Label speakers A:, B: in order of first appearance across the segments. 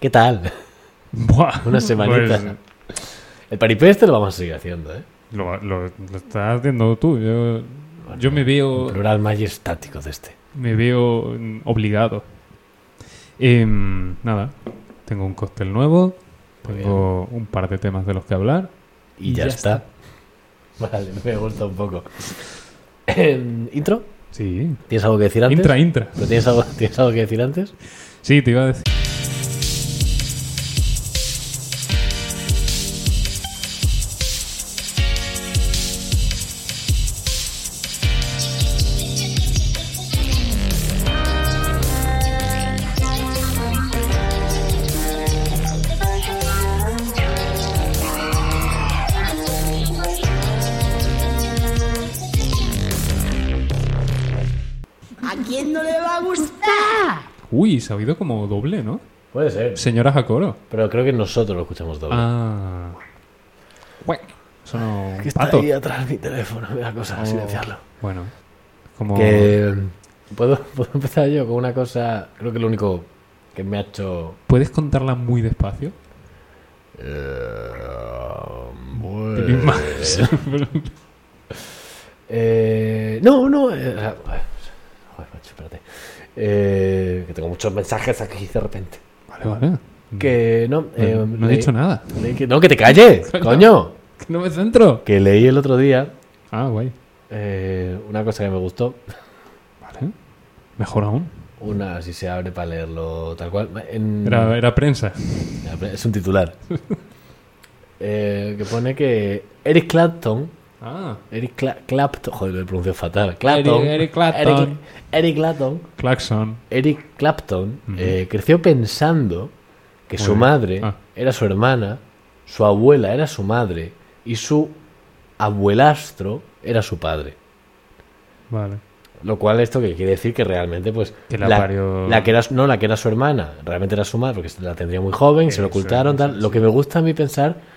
A: ¿Qué tal?
B: Buah, Pues,
A: Una semanita. El paripé este lo vamos a seguir haciendo, ¿eh?
B: lo, lo- lo estás haciendo tú. Yo, yo me
A: Un
B: veo,
A: plural majestático de este.
B: me veo mm, obligado. Em, nada, tengo un cóctel nuevo,
A: Muy
B: tengo un par de temas de los que hablar.
A: Y ya,
B: Ya
A: está. Vale, me gusta un poco. Em, ¿Intro?
B: Sí,
A: ¿Tienes algo que decir antes?
B: intra, intra.
A: ¿Pero tienes, algo, ¿Tienes algo que decir antes?
B: Sí, te iba a decir.
C: ¿A quién no le va a gustar?
B: Uy, se ha oído como doble, ¿no?
A: Puede ser.
B: Señora Jacoro.
A: Pero creo que nosotros lo escuchamos todo.
B: Ah. Bueno, Eso no.
A: que
B: un
A: está
B: pato.
A: ahí atrás mi teléfono, me da cosa
B: Oh,
A: silenciarlo.
B: Bueno, como.
A: Que em, ¿puedo, puedo empezar yo con una cosa. Creo que lo único que me ha hecho.
B: ¿Puedes contarla muy despacio?
A: eh, Vivir más. Eh, no, no. eh, ah, joder, macho, espérate. Eh, que tengo muchos mensajes aquí de repente.
B: Vale, vale.
A: Que no.
B: No,
A: eh,
B: no he
A: leí-
B: dicho nada.
A: leí que, no, que te calles, coño.
B: Que no me centro.
A: Que leí el otro día
B: Ah, guay.
A: eh, una cosa que me gustó.
B: Vale. Mejor aún.
A: Una, si se abre para leerlo tal cual. En-
B: Era, era prensa.
A: Es un titular. Eh, que pone que Eric Clapton.
B: Ah.
A: Eric Cla- Clapton. Joder, lo he pronunciado fatal. Clapton.
B: Eric- Eric Clapton.
A: Eric, Eric Clapton.
B: Claxon.
A: Eric Clapton eh, creció pensando que
B: Muy
A: su
B: bien.
A: madre
B: Ah.
A: era su hermana, su abuela era su madre y su abuelastro era su padre.
B: Vale.
A: Lo cual esto que quiere decir que realmente pues
B: Que la parió-
A: la que era no la que era su hermana, realmente era su madre porque la tendría muy joven, se lo
B: Eso,
A: ocultaron
B: eso,
A: tal. Lo que me gusta a mí pensar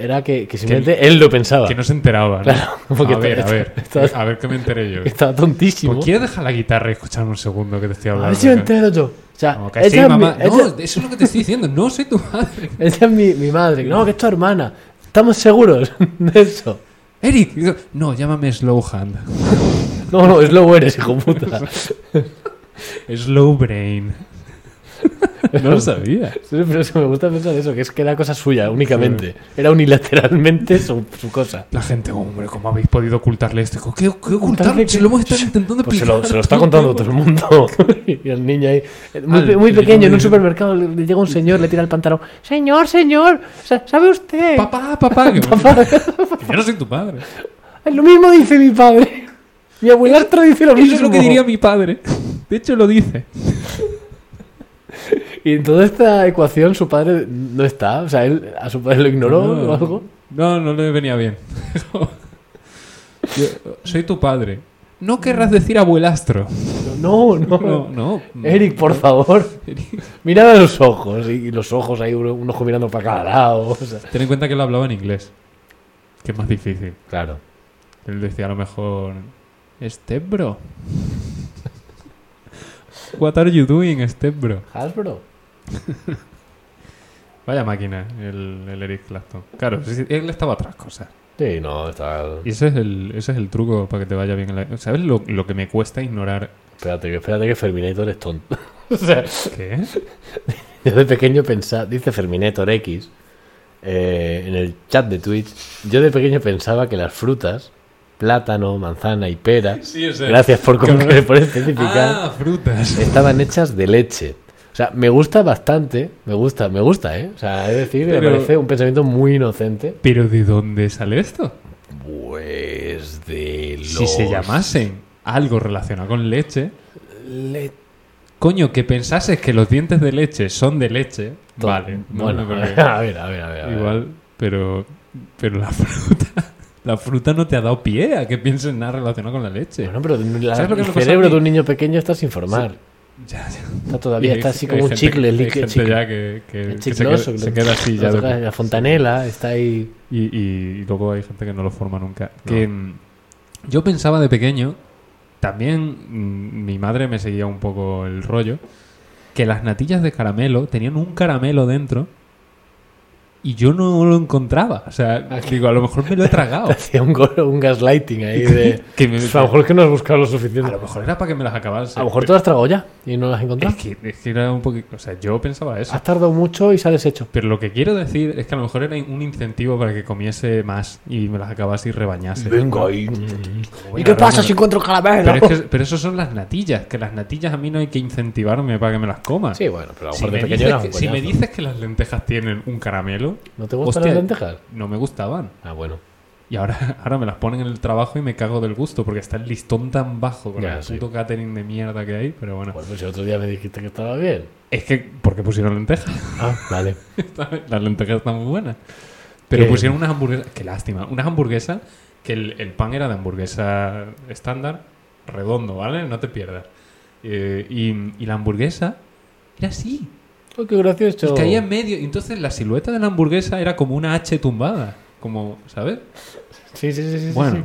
A: era que, que simplemente
B: Que-
A: él lo pensaba.
B: Que no se enteraba, ¿no?
A: Claro, porque
B: a ver, a
A: está-
B: ver.
A: estás-
B: A ver que me enteré yo.
A: que Estaba tontísimo.
B: Pues, ¿Quieres dejar la guitarra y escuchar un segundo que te estoy
A: a
B: hablando?
A: ver si me entero yo. O sea,
B: Como que sí,
A: ella, es mi,
B: mamá. No,
A: ella-
B: eso es lo que te estoy diciendo. No soy tu madre.
A: ella es mi, mi madre. No, que es tu hermana. Estamos seguros de eso.
B: Eric. Y yo, No, llámame Slowhand.
A: No, no, es lo eres, hijo puta.
B: Slow Brain. no lo sabía.
A: Sí, Pero eso me gusta pensar eso, que es que era cosa suya únicamente. Era unilateralmente su, su cosa.
B: La gente, hombre, ¿cómo habéis podido ocultarle esto? Digo, ¿Qué, qué
A: Ocultarle
B: ocultarlo?
A: que-
B: Si lo hemos estado intentando
A: Pues se
B: explicar.
A: lo, se lo está contando todo el mundo. y el niño ahí, eh, muy,
B: Al-
A: pe- muy
B: el
A: pequeño, en
B: niño.
A: un supermercado, le le llega un señor, le tira el pantalón. Señor, señor, sa- ¿sabe usted?
B: Papá, papá. que-
A: Papá,
B: que yo no soy tu padre.
A: lo mismo dice mi padre. Mi abuelastro dice lo mismo.
B: Eso es lo que diría mi padre. De hecho, lo dice.
A: Y en toda esta ecuación su padre no está. O sea, él a su padre lo ignoró o algo.
B: No, no le venía bien. Yo, soy tu padre. No querrás decir abuelastro.
A: No, no.
B: No, no.
A: Eric, por favor,
B: Eric.
A: mirad a los ojos. Y y los ojos ahí, uno, un ojo mirando para cada lado. o sea.
B: Ten en cuenta que él hablaba en inglés. Que es más difícil.
A: Claro.
B: Él decía a lo mejor. Step bro. What are you doing, step bro?
A: Hasbro.
B: Vaya máquina, el, el Eric Clapton. Claro, sí, sí, él estaba atrás cosas.
A: Sí, no, está.
B: Y ese es el, ese es el truco para que te vaya bien en la. ¿Sabes lo, lo que me cuesta ignorar?
A: Espérate, que- espérate que Ferminator es tonto. o sea,
B: ¿Qué?
A: yo de pequeño pensaba, dice Ferminator X eh, en el chat de Twitch, yo de pequeño pensaba que las frutas, plátano, manzana y pera,
B: Sí, ese.
A: gracias por, con- por especificar,
B: Ah, frutas.
A: estaban hechas de leche. O sea, me gusta bastante, me gusta, me gusta, ¿eh? O sea, es decir, me
B: Pero-
A: parece un pensamiento muy inocente.
B: Pero ¿de dónde sale esto?
A: Pues de los...
B: Si se llamasen algo relacionado con leche,
A: le-
B: coño, que pensases que los dientes de leche son de leche. Vale. no,
A: Bueno,
B: no, porque-
A: a ver, a ver, a ver. a ver.
B: Igual, pero, pero la fruta. La fruta no te ha dado pie a que pienses nada relacionado con la leche.
A: Bueno, pero la-
B: ¿Sabes lo que
A: el
B: me pasa a
A: cerebro
B: mí?
A: de un niño pequeño está sin formar.
B: Ya, ya.
A: Está todavía,
B: Y hay-
A: está así
B: hay
A: como un
B: gente
A: chicle,
B: que-
A: el
B: hay
A: líquido
B: gente
A: chicle.
B: ya que, que-
A: El
B: que se, queda,
A: chicloso, que
B: se
A: lo-
B: queda así
A: lo
B: ya. de-
A: toca La fontanela está ahí.
B: Y, y- y luego hay gente que no lo forma nunca. Que mm, yo pensaba de pequeño, también mm, mi madre me seguía un poco el rollo, que las natillas de caramelo tenían un caramelo dentro y yo no lo encontraba. O sea, digo, a lo mejor me lo he tragado.
A: Te hacía un, gol- un gaslighting ahí de.
B: Que me-
A: a lo mejor que no has buscado lo suficiente.
B: A lo mejor era para que me las acabase.
A: A lo mejor te lo has tragado ya y no Ah. lo has
B: es
A: encontrado.
B: que, es que era un poquito. O sea, yo pensaba eso.
A: Has tardado mucho y sales hecho.
B: Pero lo que quiero decir es que a lo mejor era un incentivo para que comiese más y me las acabase y rebañase.
A: ahí.
B: Como
A: ¿Y
B: era
A: qué pasa
B: raro.
A: si encuentro caramelo?
B: mm, Pero, es que- pero eso son las natillas, que las natillas a mí no hay que incentivarme para que me las coma.
A: Sí, bueno, pero a lo
B: si
A: mejor
B: me,
A: de pequeño
B: dices
A: era un
B: que, si me
A: coñazo.
B: dices que las lentejas tienen un caramelo,
A: ¿No te gustan
B: hostia,
A: las lentejas?
B: No me gustaban.
A: Ah, bueno.
B: Y ahora, ahora me las ponen en el trabajo y me cago del gusto porque está el listón tan bajo con
A: Ya,
B: el
A: sí.
B: puto catering de mierda que hay. Pero bueno,
A: Bueno, pues si otro día me dijiste que estaba bien.
B: es que porque pusieron lentejas.
A: Ah, vale.
B: Las lentejas están muy buenas. Pero
A: Que-
B: pusieron unas hamburguesas. Qué lástima. Unas hamburguesas que el, el pan era de hamburguesa estándar, redondo, ¿vale? No te pierdas. Eh, y, y la hamburguesa era así.
A: Oh, qué gracioso.
B: Y caía en medio. Y entonces la silueta de la hamburguesa era como una H tumbada. Como, ¿sabes?
A: Sí, sí, sí, sí, sí.
B: Bueno,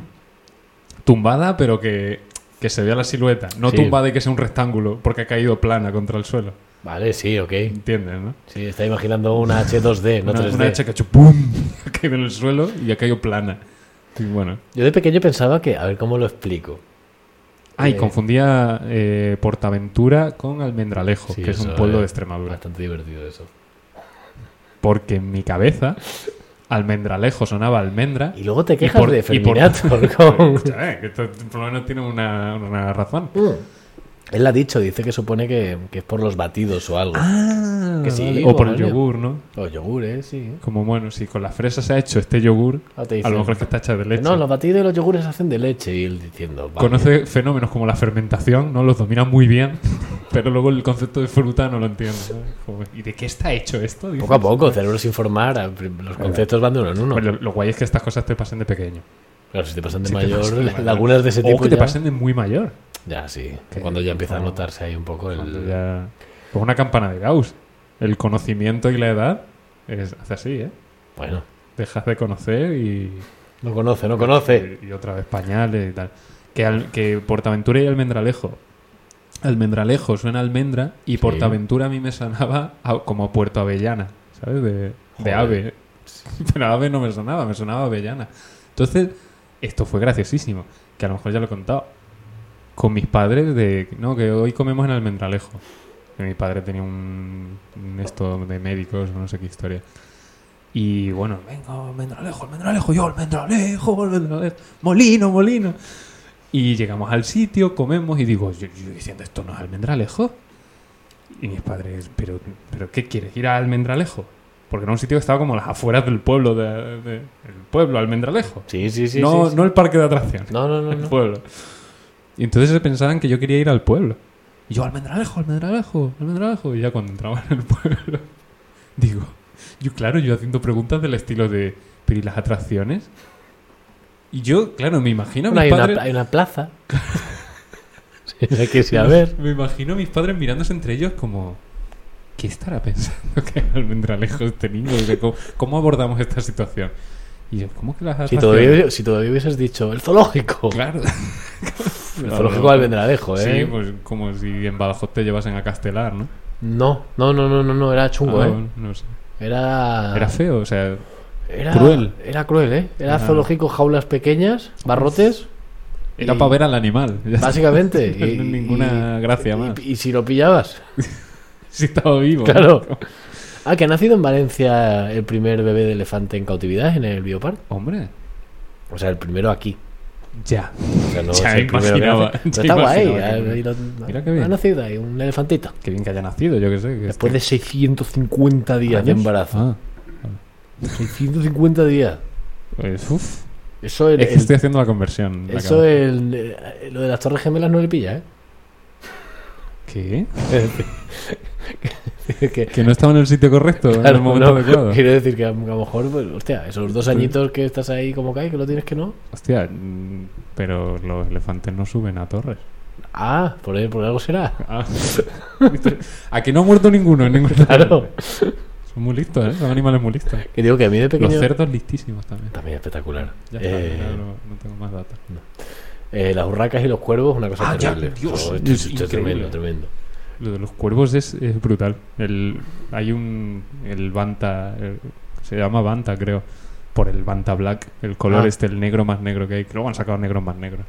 B: tumbada, pero que, que se vea la silueta. No
A: Sí.
B: tumbada y que sea un rectángulo, porque ha caído plana contra el suelo.
A: Vale, sí, ok.
B: ¿Entiendes, no?
A: Sí, está imaginando una H2D, no
B: una,
A: 3D.
B: una hacha que ha hecho ¡pum! Ha caído en el suelo y ha caído plana. Y bueno.
A: Yo de pequeño pensaba que, a ver cómo lo explico.
B: Ah, y
A: Eh,
B: confundía eh, Portaventura con Almendralejo,
A: Sí,
B: que es un
A: eso,
B: pueblo
A: eh.
B: de Extremadura.
A: Bastante divertido eso.
B: Porque en mi cabeza, Almendralejo sonaba almendra.
A: Y luego te
B: y
A: quejas
B: por-
A: de
B: y por-
A: Ferminator con...
B: Escúchame, que esto por lo menos tiene una, una razón.
A: Mm. Él la ha dicho, dice que supone que, que es por los batidos o algo.
B: Ah,
A: Que sí,
B: o por el
A: coño.
B: yogur, ¿no?
A: Los yogures, sí. ¿eh?
B: Como bueno, si con las fresas se ha hecho este yogur,
A: Ah, te
B: a
A: dicen,
B: lo mejor es que está hecha de leche.
A: No, los batidos y los yogures hacen de leche. Y él diciendo, vale.
B: Conoce fenómenos como la fermentación, ¿no? Los domina muy bien, pero luego el concepto de fruta no lo entiende. ¿no? Como, ¿Y de qué está hecho esto? Dices.
A: Poco a poco, cerebro sin formar, a- los conceptos van de uno en uno.
B: Bueno, Pues lo, lo guay es que estas cosas te pasen de pequeño.
A: Claro, si te pasan de
B: Si te
A: mayor,
B: pasan de
A: la-
B: mayor.
A: lagunas de ese
B: O
A: tipo
B: que te
A: ya-
B: pasen de muy mayor.
A: Ya, sí.
B: Que-
A: Cuando ya empieza a
B: no.
A: notarse ahí un poco
B: Cuando
A: el...
B: ya- Pues una campana de Gauss. El conocimiento y la edad es, hace así, ¿eh?
A: Bueno,
B: Dejas de conocer y,
A: no conoce, no conoce.
B: Y, y otra vez pañales y tal. Que, al- que Portaventura y Almendralejo. Almendralejo suena a almendra y Portaventura a mí me sonaba a- como Puerto Avellana, ¿sabes? De, de
A: Joder.
B: ave. Pero ave no me sonaba, me sonaba avellana. Entonces, esto fue graciosísimo, que a lo mejor ya lo he contado. Con mis padres de, no, que hoy comemos en Almendralejo. Que mi padre tenía un, un esto de médicos, no sé qué historia. Y bueno, venga, Almendralejo, Almendralejo, yo, Almendralejo, Almendralejo, molino, molino. Y llegamos al sitio, comemos y digo, yo, yo diciendo, esto no es Almendralejo. Y mis padres, pero, pero ¿qué quieres? ¿Ir a Almendralejo? Porque era un sitio que estaba como a las afueras del pueblo, de, de- el pueblo, Almendralejo.
A: Sí, sí, sí.
B: no,
A: sí, sí.
B: no el parque de atracciones,
A: no, no, no,
B: el
A: no.
B: pueblo. Y entonces se pensaban que yo quería ir al pueblo. Y yo, Almendralejo, Almendralejo, Almendralejo. Y ya cuando entraba en el pueblo, digo, yo claro, yo haciendo preguntas del estilo de, pero ¿y las atracciones? Y yo, claro, me imagino a
A: Bueno,
B: mis
A: hay,
B: padres...
A: una, hay una plaza. sí, hay que sí, a ver.
B: Me imagino a mis padres mirándose entre ellos como... ¿Qué estará pensando que almendralejo este niño? O sea, ¿Cómo, cómo abordamos esta situación? Y yo, ¿cómo que las
A: Si
B: atracciones?
A: todavía, si todavía hubieses dicho, el zoológico.
B: Claro.
A: El zoológico al Vendralejo, ¿eh?
B: Sí, pues como si en Badajoz te llevasen a Castelar, ¿no?
A: No, no, no, no, no, no, era chungo,
B: Ah,
A: ¿eh?
B: bueno, no sé.
A: Era...
B: Era feo, o sea,
A: era
B: cruel.
A: Era cruel, ¿eh? Era
B: Ah.
A: zoológico, jaulas pequeñas, barrotes,
B: era
A: Y-
B: para ver al animal. ya está.
A: básicamente.
B: No
A: y-
B: tiene ninguna
A: y-
B: gracia
A: y-
B: más.
A: y si lo pillabas,
B: Si estaba vivo.
A: Claro. Ah, que ha nacido en Valencia el primer bebé de elefante en cautividad en el biopark.
B: Hombre,
A: O sea, el primero aquí.
B: ya.
A: O sea, no
B: Ya
A: es el primero que
B: imaginaba,
A: nace. Pero
B: ya
A: está guay.
B: imaginaba que-
A: ahí lo-
B: Mira qué bien.
A: Ha nacido ahí un elefantito.
B: Qué bien que haya nacido, yo qué sé. que
A: Después de
B: esté-
A: 650 días de
B: ¿Años?
A: embarazo.
B: Ah,
A: 650 días.
B: pues, uf.
A: Eso el,
B: Es que este-
A: el-
B: estoy haciendo la conversión. en la
A: eso
B: cabeza.
A: el, eh, lo de las torres gemelas no le pilla, ¿eh?
B: ¿Qué?
A: Que- que-
B: Que no estaba en el sitio correcto, en
A: claro,
B: el momento
A: no,
B: adecuado.
A: quiero decir que a, a lo mejor, pues, hostia, esos dos añitos que estás ahí como cae, que lo tienes que no.
B: Hostia, mm, pero los elefantes no suben a torres.
A: Ah, por, por algo será.
B: Ah. ¿A que no ha muerto ninguno? en ninguna
A: Claro.
B: torre? Son muy listos, ¿eh? Son animales muy listos.
A: Que digo que a mí de pequeño.
B: Los cerdos listísimos también.
A: También espectacular.
B: Ya está,
A: Eh,
B: ya no, no tengo más datos.
A: eh, las urracas y los cuervos, una cosa
B: Ah, ya,
A: terrible.
B: Dios,
A: Oh,
B: es
A: esto- esto es
B: increíble.
A: tremendo, tremendo.
B: Lo de los cuervos es, es brutal. El, hay un. El Banta. el- se llama Banta, creo. Por el Banta Black. El color
A: Ah.
B: este, el negro más negro que hay. Luego han sacado negros más negros.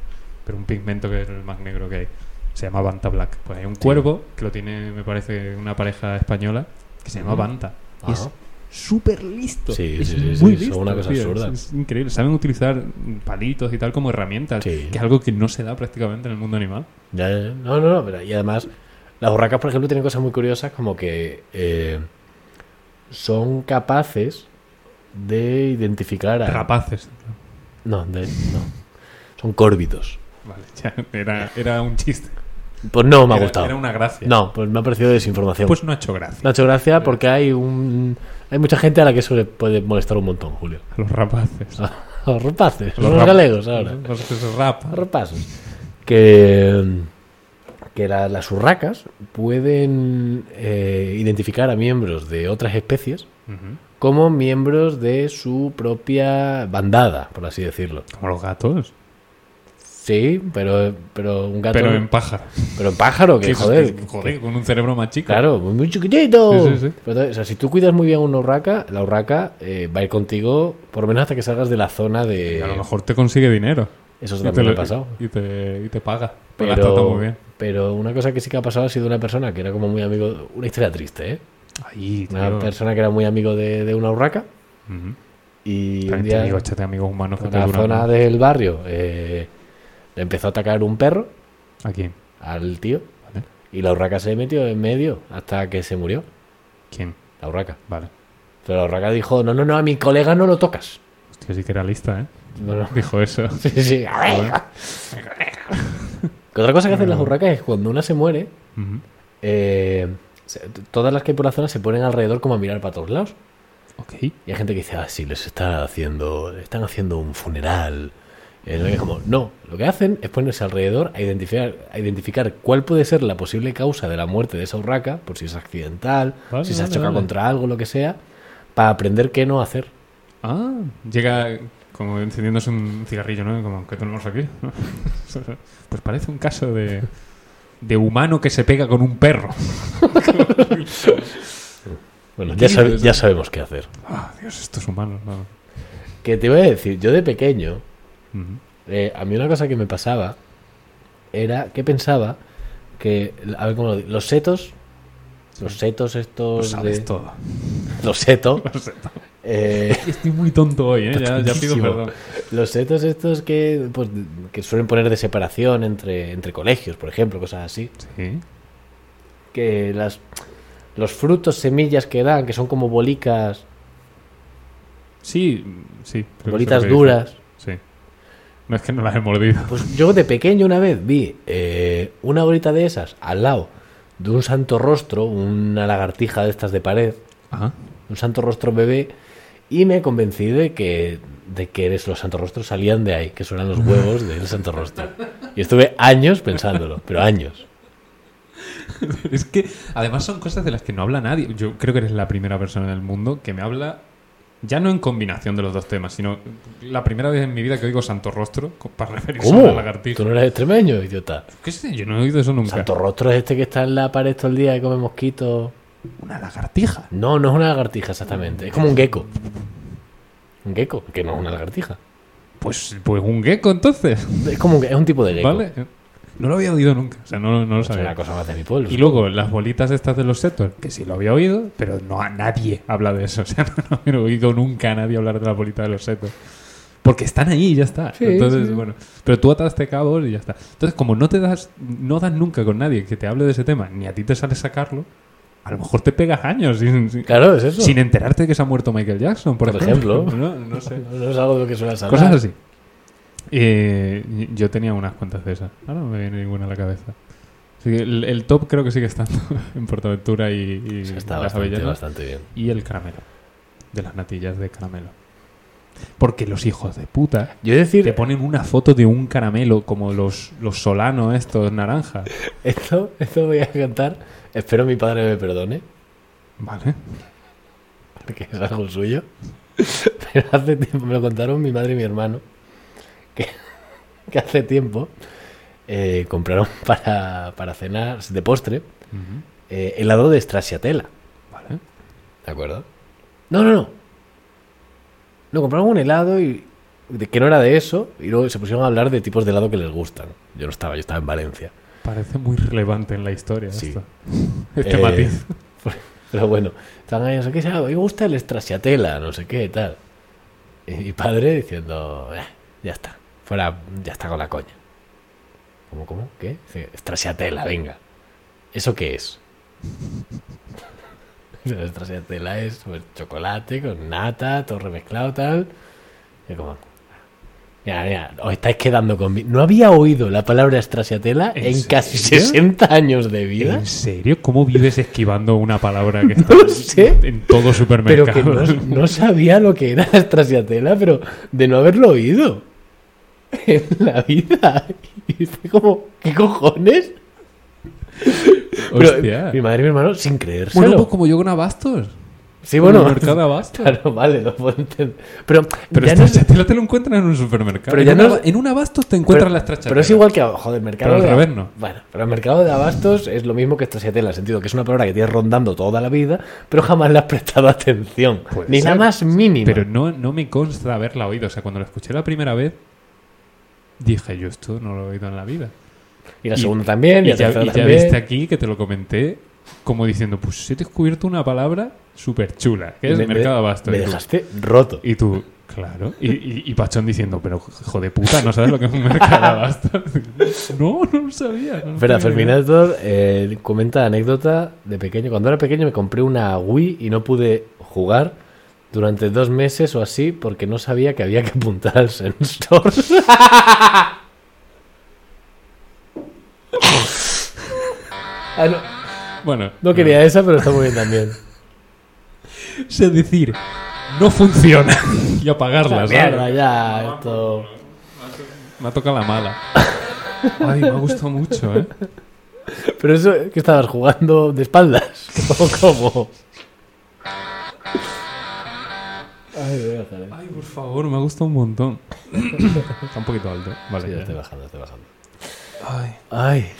B: Pero un pigmento que es el más negro que hay. Se llama Banta Black. Pues hay un cuervo que lo tiene, me parece, una pareja española. Que se llama
A: Ujú.
B: Banta. Y es
A: Ah.
B: súper listo.
A: Sí,
B: es
A: sí, sí, sí,
B: muy
A: son
B: listo,
A: una cosa
B: tío.
A: absurda.
B: Es, es increíble. Saben utilizar palitos y tal como herramientas.
A: Sí.
B: Que es algo que no se da prácticamente en el mundo animal.
A: Ya, ya, ya. No, no, no. pero- y además, las borracas, por ejemplo, tienen cosas muy curiosas como que eh, son capaces de identificar a.
B: Rapaces.
A: No, de- no. Son córbitos.
B: Vale, ya, era, era un chiste.
A: Pues no me ha
B: Era-
A: gustado.
B: Era, una gracia.
A: No, pues me ha parecido desinformación.
B: Pues no ha hecho gracia.
A: Nacho, gracias porque hay un hay mucha gente a la que eso le puede molestar un montón, Julio.
B: A los rapaces.
A: A los rapaces, a Ah. los,
B: rap-
A: galegos ahora.
B: Los que se rapan.
A: A los rapaces. Que, que la- las urracas pueden eh, identificar a miembros de otras especies
B: Ujú.
A: como miembros de su propia bandada, por así decirlo.
B: Como los gatos.
A: Sí, pero, pero un gato...
B: Pero en pájaro.
A: pero un pájaro, que
B: Sí,
A: joder,
B: que- joder, con un cerebro más chico.
A: Claro, muy, muy chiquitito.
B: Sí, sí, sí.
A: Pero, entonces, o sea, si tú cuidas muy bien a una urraca, la urraca eh, va a ir contigo por lo menos hasta que salgas de la zona
B: Y
A: de...
B: a lo mejor te consigue dinero.
A: Eso
B: Y
A: Pues
B: te,
A: también
B: lo-
A: ha pasado.
B: y te, y te paga. Pero la has tratado muy
A: Pero,
B: bien.
A: pero una cosa que sí que ha pasado ha sido una persona que era como muy amigo... Una historia triste, ¿eh?
B: Ahí,
A: Una persona que era muy amigo de, de una urraca y un día
B: amigo, échate amigos humanos que
A: en
B: te
A: la
B: duran.
A: zona del barrio eh, le empezó a atacar un perro
B: ¿A quién?
A: al tío
B: Vale.
A: y la urraca se metió en medio hasta que se murió.
B: ¿Quién?
A: La urraca.
B: Vale.
A: Pero la urraca dijo, no, no, no, a mi colega no lo tocas.
B: Hostia, sí que era lista, ¿eh?
A: No, no.
B: Dijo eso.
A: Sí, sí. Que otra cosa que hacen las urracas es cuando una se muere,
B: Ujú.
A: eh, se- todas las que hay por la zona se ponen alrededor como a mirar para todos lados.
B: Ok.
A: Y hay gente que dice, ah, sí, les están haciendo, le están haciendo un funeral. Eh, no, es como, no, lo que hacen es ponerse alrededor a identificar, a identificar cuál puede ser la posible causa de la muerte de esa urraca, por si es accidental,
B: Vale,
A: si se ha
B: vale,
A: chocado
B: vale.
A: contra algo, lo que sea, para aprender qué no hacer.
B: Ah, llega como encendiéndose un cigarrillo, ¿no? Como que tenemos aquí. pues parece un caso de, de humano que se pega con un perro.
A: Bueno,
B: ¿Qué
A: ya, sabe-
B: dices?
A: ya sabemos qué hacer.
B: Ah, Dios, estos humanos. ¿no?
A: Que te iba a decir, yo de pequeño,
B: Ujú.
A: Eh, a mí una cosa que me pasaba era que pensaba que, a ver cómo lo digo, los setos, los setos
B: Lo
A: estos,
B: sabes
A: de-
B: todo.
A: los setos,
B: Lo sé todo.
A: eh,
B: Estoy muy tonto hoy, ¿eh? Ya, ya pido
A: Tontísimo.
B: perdón.
A: los setos estos que, pues, que suelen poner de separación entre, entre colegios, por ejemplo, cosas así,
B: Sí.
A: que las, los frutos, semillas que dan, que son como bolicas,
B: Sí, sí. creo que sé
A: bolitas
B: lo que
A: duras,
B: dices. Sí. No es que no las he mordido.
A: Pues yo de pequeño una vez vi eh, una bolita de esas al lado de un santo rostro, una lagartija de estas de pared,
B: Ah,
A: un santo rostro bebé, y me convencí de que, de que eres- los santos rostros salían de ahí, que eso eran los huevos del santo rostro. Y estuve años pensándolo, pero años.
B: Es que además son cosas de las que no habla nadie. Yo creo que eres la primera persona en el mundo que me habla, ya no en combinación de los dos temas, sino la primera vez en mi vida que oigo Santo Rostro co- para referirse a
A: ¿Cómo?
B: la lagartija.
A: ¿Tú no eres extremeño, idiota?
B: ¿Qué sé? Yo no he oído eso nunca.
A: Santo rostro es este que está en la pared todo el día y come mosquitos.
B: Una lagartija.
A: No, no es una lagartija exactamente, es como un gecko. Un gecko, que no es una lagartija.
B: Pues, pues un gecko entonces,
A: Es como un, es un tipo de gecko.
B: ¿vale? No lo había oído nunca, o sea, no, no lo
A: Es
B: sabía.
A: una cosa más de mi pueblo.
B: Y luego las bolitas estas de los setos, que sí lo había oído, pero no a nadie habla de eso. O sea, no, he oído nunca a nadie hablar de las bolitas de los setos. Porque están ahí y ya está.
A: Sí,
B: Entonces,
A: sí.
B: bueno. Pero tú ataste cabos y ya está. Entonces, como no te das, no das nunca con nadie que te hable de ese tema, ni a ti te sale sacarlo, a lo mejor te pegas años sin, sin-
A: Claro, es eso.
B: sin enterarte de que se ha muerto Michael Jackson, por,
A: Por ejemplo.
B: No, no sé.
A: No, no es algo de lo que suelas hablar.
B: Cosas así. Eh, yo tenía unas cuantas de esas. Ahora no me viene ninguna a la cabeza. Así que el, el top creo que sigue estando en Portaventura y, y
A: Eso Está
B: las
A: bastante,
B: avellanas.
A: bastante bien.
B: Y el caramelo. De las natillas de caramelo. Porque los hijos de puta
A: Yo he de
B: te
A: decir,
B: ponen una foto de un caramelo como los, los solano estos naranja.
A: esto, esto voy a cantar. Espero mi padre me perdone,
B: Vale.
A: porque es algo suyo. Pero hace tiempo me lo contaron mi madre y mi hermano. Que, que hace tiempo eh, compraron para, para cenar de postre eh, helado de stracciatella.
B: Vale.
A: ¿De acuerdo? No, no, no. No, compraron un helado y de- que no era de eso y luego se pusieron a hablar de tipos de helado que les gustan. Yo no estaba, yo estaba en Valencia.
B: Parece muy relevante en la historia
A: Sí.
B: esto. Este
A: Eh,
B: matiz.
A: Pero bueno, estaban ahí, no sé qué, "Ah, a mí me gusta el stracciatella, no sé qué, tal. Y mi padre diciendo, "Eh, ya está, fuera, ya está con la coña. ¿Cómo, cómo? ¿Qué? Dice, stracciatella, venga. ¿Eso qué es? El stracciatella es pues, chocolate con nata, todo remezclado, tal. Y como, mira, mira, os estáis quedando con... mi-". No había oído la palabra stracciatella
B: ¿En
A: en, casi
B: serio?
A: 60 años de vida.
B: ¿En serio? ¿Cómo vives esquivando una palabra que está
A: No sé.
B: en todo
A: Pero que
B: supermercado?
A: no, no sabía lo que era la estrasiatela, pero de no haberlo oído en la vida. Y fue como, ¿qué cojones? Pero,
B: Hostia.
A: mi madre y mi hermano, sin creérselo.
B: Bueno, pues como yo con abastos.
A: sí,
B: Con
A: bueno,
B: el mercado de abastos.
A: claro, vale, lo puedo entender. Pero,
B: Pero
A: ya
B: esta
A: no-
B: chatela te lo encuentras en un supermercado.
A: Pero
B: en,
A: ya
B: un
A: no-
B: aba- en un abastos te encuentras
A: pero-
B: la estrachatela.
A: Pero es igual que, joder, mercado
B: Pero al
A: de-
B: revés no.
A: Bueno, pero el mercado de abastos es lo mismo que estrasiatela, en el sentido que es una palabra que tienes rondando toda la vida, pero jamás le has prestado atención.
B: Puede
A: Ni la
B: ser.
A: más mínima.
B: Pero no, no me consta haberla oído. O sea, cuando la escuché la primera vez, dije yo esto no lo he oído en la vida.
A: y la
B: y-
A: segunda también, y,
B: Y
A: la
B: ya,
A: tercera
B: y ya
A: también.
B: viste aquí que te lo comenté como diciendo, pues he descubierto una palabra súper chula, que es
A: Me- me-
B: mercado abasto.
A: Me
B: Y tú-
A: dejaste roto.
B: Y tú, claro. Y, y, y Pachón diciendo, pero hijo de puta, ¿no sabes lo que es un mercado abasto? no, no lo sabía. no
A: Espera,
B: lo tenía ni idea.
A: Ferminator eh, comenta anécdota de pequeño. Cuando era pequeño me compré una Wii y no pude jugar durante dos meses o así porque no sabía que había que apuntar al sensor. Ah, no,
B: Bueno, eh,
A: no quería esa, pero está muy bien también.
B: Es decir, no funciona. y apagarla,
A: La
B: ¿sabes?
A: mierda, ya, esto.
B: Me ha tocado la mala. Ay, me ha gustado mucho, ¿eh?
A: Pero eso, que estabas jugando de espaldas. ¿O cómo? Ay, voy a bajar, eh.
B: Ay, por favor, me ha gustado un montón. Está un poquito alto. Vale,
A: Sí, ya
B: ya.
A: estoy bajando, estoy bajando.
B: Ay.
A: Ay.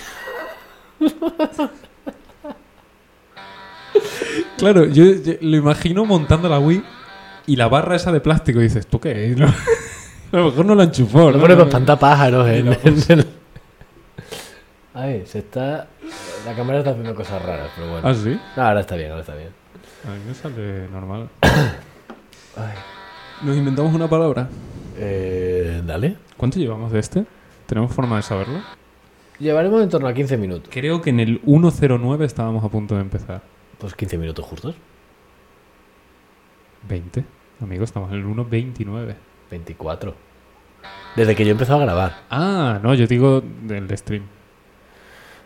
B: Claro, yo, yo lo imagino montando la Wii y la barra esa de plástico. Y dices, ¿tú qué? Y no- a lo mejor no la enchufó.
A: Lo
B: ¿no?
A: pone para espantar pájaros
B: Y
A: en,
B: la puse.
A: en el- eh. Ay, se está. La cámara está haciendo cosas raras, pero bueno.
B: Ah, sí.
A: No, ahora está bien, ahora está bien.
B: A mí me sale normal.
A: Ay.
B: Nos inventamos una palabra.
A: Eh, dale.
B: ¿Cuánto llevamos de este? ¿Tenemos forma de saberlo?
A: Llevaremos en torno a 15 minutos.
B: Creo que en el 109 estábamos a punto de empezar.
A: Pues 15 minutos justos.
B: 20. Amigo, estamos en el 129.
A: 24. Desde que yo he empezado a grabar.
B: Ah, no, yo digo del stream.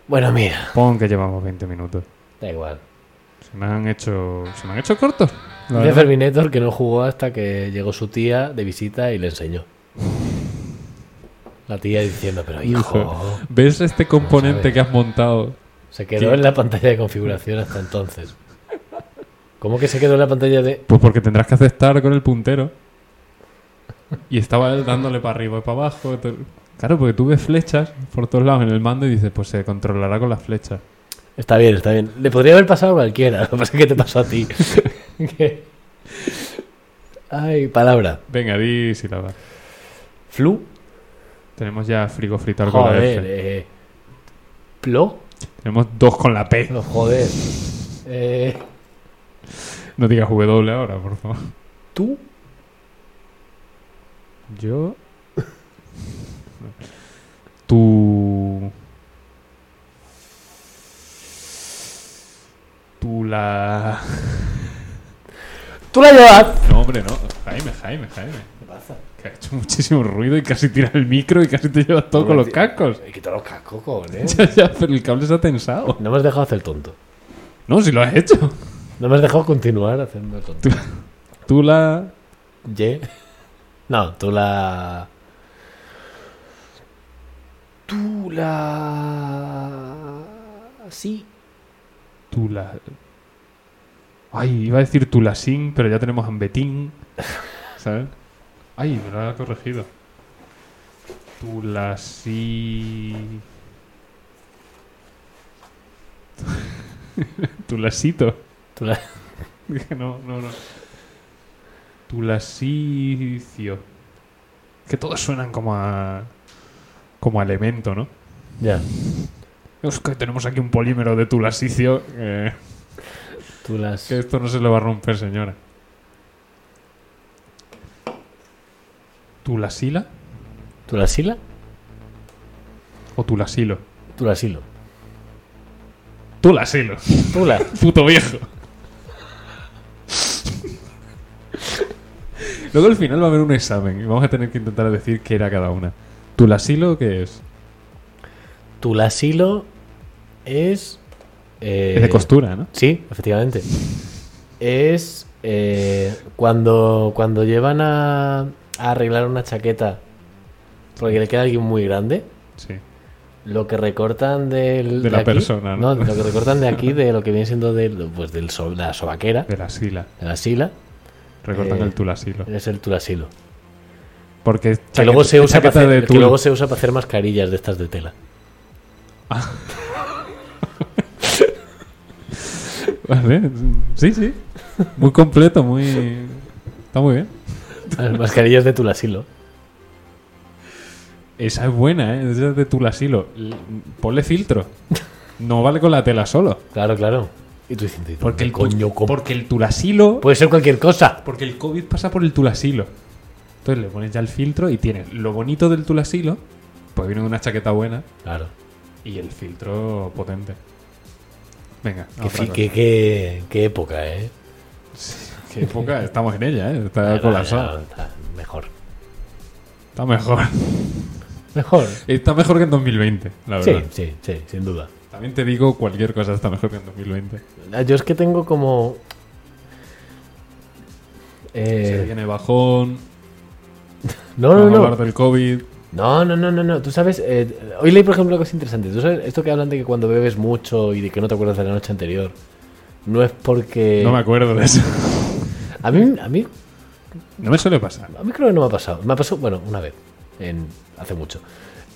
A: Bueno, mira.
B: Pon que llevamos 20 minutos.
A: Da igual.
B: Se me han hecho, se me han hecho cortos. la
A: Dice
B: verdad.
A: Ferminator que no jugó hasta que llegó su tía de visita y le enseñó. La tía diciendo, pero hijo.
B: ¿Ves este componente que has montado?
A: Se quedó
B: ¿Qué?
A: en la pantalla de configuración hasta entonces. ¿Cómo que se quedó en la pantalla de.?
B: Pues porque tendrás que aceptar con el puntero. Y estaba él dándole para arriba y para abajo. todo- Claro, porque tú ves flechas por todos lados en el mando y dices, pues se controlará con las flechas.
A: Está bien, está bien. Le podría haber pasado a cualquiera. Lo que pasa es que te pasó a ti. Que- Ay, palabra.
B: Venga, di sílaba.
A: Flu.
B: Tenemos ya frigo fritar con la
A: Joder.
B: F.
A: eh, Plo.
B: Tenemos dos con la P.
A: No, joder. Eh,
B: No digas W ahora, por favor.
A: Tú.
B: Yo. Tu. Tu la.
A: Tú la llevas.
B: No, hombre, no. Jaime, Jaime, Jaime.
A: ¿Qué pasa?
B: Que ha hecho muchísimo ruido y casi tira el micro y casi te llevas todo con los cascos.
A: He quitado los cascos, cojones.
B: Ya, ya, pero el cable se ha tensado.
A: No me has dejado hacer el tonto.
B: No, si lo has hecho.
A: No me has dejado continuar haciendo el tonto.
B: Tu la.
A: Ye. No, tú la. Tú la. Sí.
B: Tu la. Ay, iba a decir tu la sin, pero ya tenemos Ambetín. ¿Sabes? Ay, me lo ha corregido. Tulasi. Tulasito.
A: Tú la-
B: No, no, no. Tulasicio. Que todos suenan como a. como a elemento, ¿no?
A: Ya.
B: Es que tenemos aquí un polímero de tulasicio. eh,
A: Tú las.
B: que esto no se lo va a romper, señora. ¿Tulasila
A: ¿Tú las sila?
B: o tulasilo?
A: Tú las hilo.
B: Tulasilo.
A: Tú la-
B: Puto viejo. Luego al final va a haber un examen y vamos a tener que intentar decir qué era cada una. ¿Tulasilo qué es?
A: tú las hilo es. eh,
B: es de costura, ¿no?
A: Sí, efectivamente. Es eh, cuando, cuando llevan a, a arreglar una chaqueta porque le queda alguien muy grande,
B: Sí.
A: lo que recortan del,
B: De la
A: aquí-
B: persona, ¿no?
A: Lo que recortan de aquí, de lo que viene siendo del, pues del so- la sobaquera,
B: De la sila.
A: de la sila,
B: Recortan
A: Eh,
B: el tulasilo.
A: es el tulasilo.
B: Porque es
A: Que luego,
B: chaqueta-
A: se usa para
B: chaqueta
A: hacer,
B: de
A: que
B: tul.
A: luego se usa para hacer mascarillas de estas de tela.
B: Vale, Sí, sí. Muy completo, muy. Está muy bien.
A: Las mascarillas de tulasilo.
B: Esa es buena, ¿eh? Esa es de tulasilo. L- Ponle filtro. No vale con la tela solo.
A: Claro, claro. Y tú diciendo, ¿y dónde
B: Porque el, tu-
A: coño compro?
B: porque el tulasilo.
A: Puede ser cualquier cosa.
B: Porque el COVID pasa por el tulasilo. Entonces le pones ya el filtro y tienes lo bonito del tulasilo, pues viene una chaqueta buena
A: Claro.
B: y el filtro potente. Venga,
A: Qué,
B: otra
A: fi-
B: cosa.
A: qué- qué- qué época, ¿eh?
B: Qué época, estamos en ella, ¿eh? Está
A: Ahora,
B: colapsada.
A: ahora, ahora, Mejor.
B: Está mejor.
A: Mejor.
B: Está mejor que en 2020, la
A: Sí,
B: verdad.
A: sí, sí, sin duda.
B: También te digo, cualquier cosa está mejor que en 2020.
A: Ah, Yo es que tengo como. Eh,
B: Se viene bajón,
A: no, no,
B: vamos a
A: no.
B: hablar del COVID.
A: No, no, no, no, no. Tú sabes, eh, hoy leí, por ejemplo, algo que es interesante. Tú sabes, esto que hablan de que cuando bebes mucho y de que no te acuerdas de la noche anterior, no es porque...
B: No me acuerdo de eso.
A: a, mí, a, mí,
B: No me suele pasar.
A: a mí creo que no me ha pasado. Me ha pasado, bueno, una vez, en, hace mucho.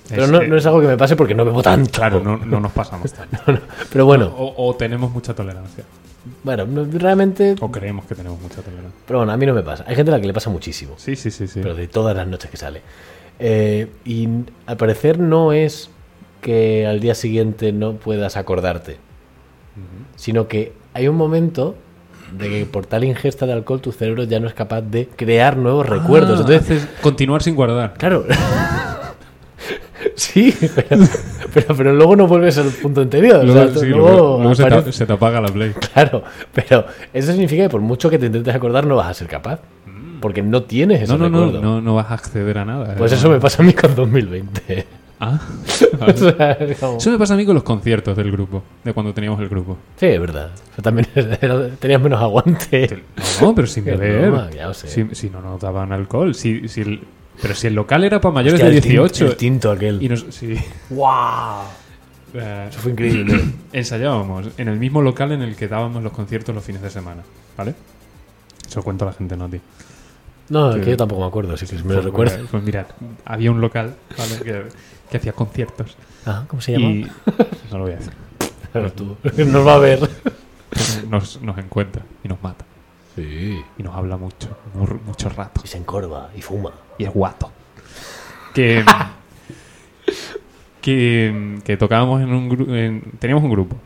A: Pero
B: Es
A: no,
B: que-
A: no es algo que me pase porque no bebo tanto.
B: Claro, no, no nos pasamos tanto.
A: Pero bueno,
B: O, o tenemos mucha tolerancia.
A: bueno, no- realmente...
B: O creemos que tenemos mucha tolerancia.
A: Pero bueno, a mí no me pasa. Hay gente a la que le pasa muchísimo.
B: Sí, sí, sí, sí.
A: pero de todas las noches que sale. Eh, y n- al parecer no es que al día siguiente no puedas acordarte, sino que hay un momento de que por tal ingesta de alcohol tu cerebro ya no es capaz de crear nuevos recuerdos.
B: Ah,
A: Entonces,
B: haces continuar sin guardar.
A: claro. sí, pero, pero, pero luego no vuelves al punto anterior. o
B: Luego,
A: sea,
B: sí,
A: luego
B: luego- luego se,
A: aparece-
B: te, se te apaga la play.
A: Claro, pero eso significa que por mucho que te intentes acordar no vas a ser capaz. Porque no tienes ese
B: Mm. No, no, no,
A: recuerdo.
B: no, no vas a acceder a nada. ¿eh?
A: Pues eso me pasa a mí con 2020.
B: Ah.
A: O sea, es como-
B: Eso me pasa a mí con los conciertos del grupo, de cuando teníamos el grupo.
A: Sí, es verdad. O sea, también era- tenías menos aguante.
B: No, pero sin
A: Qué
B: beber.
A: broma, ya lo sé.
B: Si, si no nos daban alcohol. Si, si el- pero si el local era para mayores
A: Hostia,
B: de
A: el tin-
B: 18.
A: el tinto aquel.
B: y nos, sí.
A: ¡Wow!
B: Eh,
A: Eso fue increíble.
B: ensayábamos en el mismo local en el que dábamos los conciertos los fines de semana. ¿Vale? Eso lo cuento a la gente, no a ti.
A: No,
B: Sí.
A: que yo tampoco me acuerdo, así que si me lo
B: Pues,
A: recuerdo.
B: mira, Pues mira, había un local ¿vale? que, que hacía conciertos.
A: Ah, ¿Cómo se llama?
B: Y. No lo voy a decir.
A: Claro, tú. Nos va a ver.
B: Nos, nos encuentra y nos mata.
A: Sí.
B: Y nos habla mucho, mu- mucho rato.
A: Y se encorva y fuma.
B: y es guato. Que, que, que tocábamos en un grupo. Teníamos un grupo.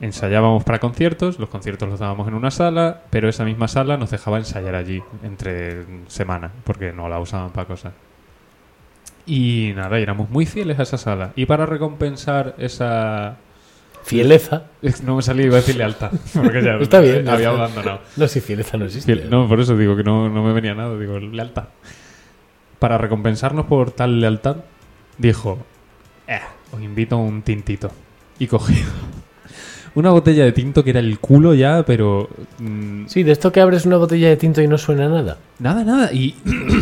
B: Ensayábamos para conciertos, los conciertos los dábamos en una sala, pero esa misma sala nos dejaba ensayar allí entre semana, porque no la usaban para cosas. Y nada, y éramos muy fieles a esa sala. Y para recompensar esa.
A: Fieleza.
B: No me salía, iba a decir lealtad, porque ya
A: Está bien, ya
B: había
A: está.
B: abandonado.
A: No, si fieleza no existe.
B: Fiel- no, por eso digo que no, no me venía nada, digo, lealtad. Para recompensarnos por tal lealtad, dijo, "Eh, os invito a un tintito. Y cogió una botella de tinto que era el culo ya, pero... mm,
A: Sí, de esto que abres una botella de tinto y no suena nada.
B: nada, nada. Y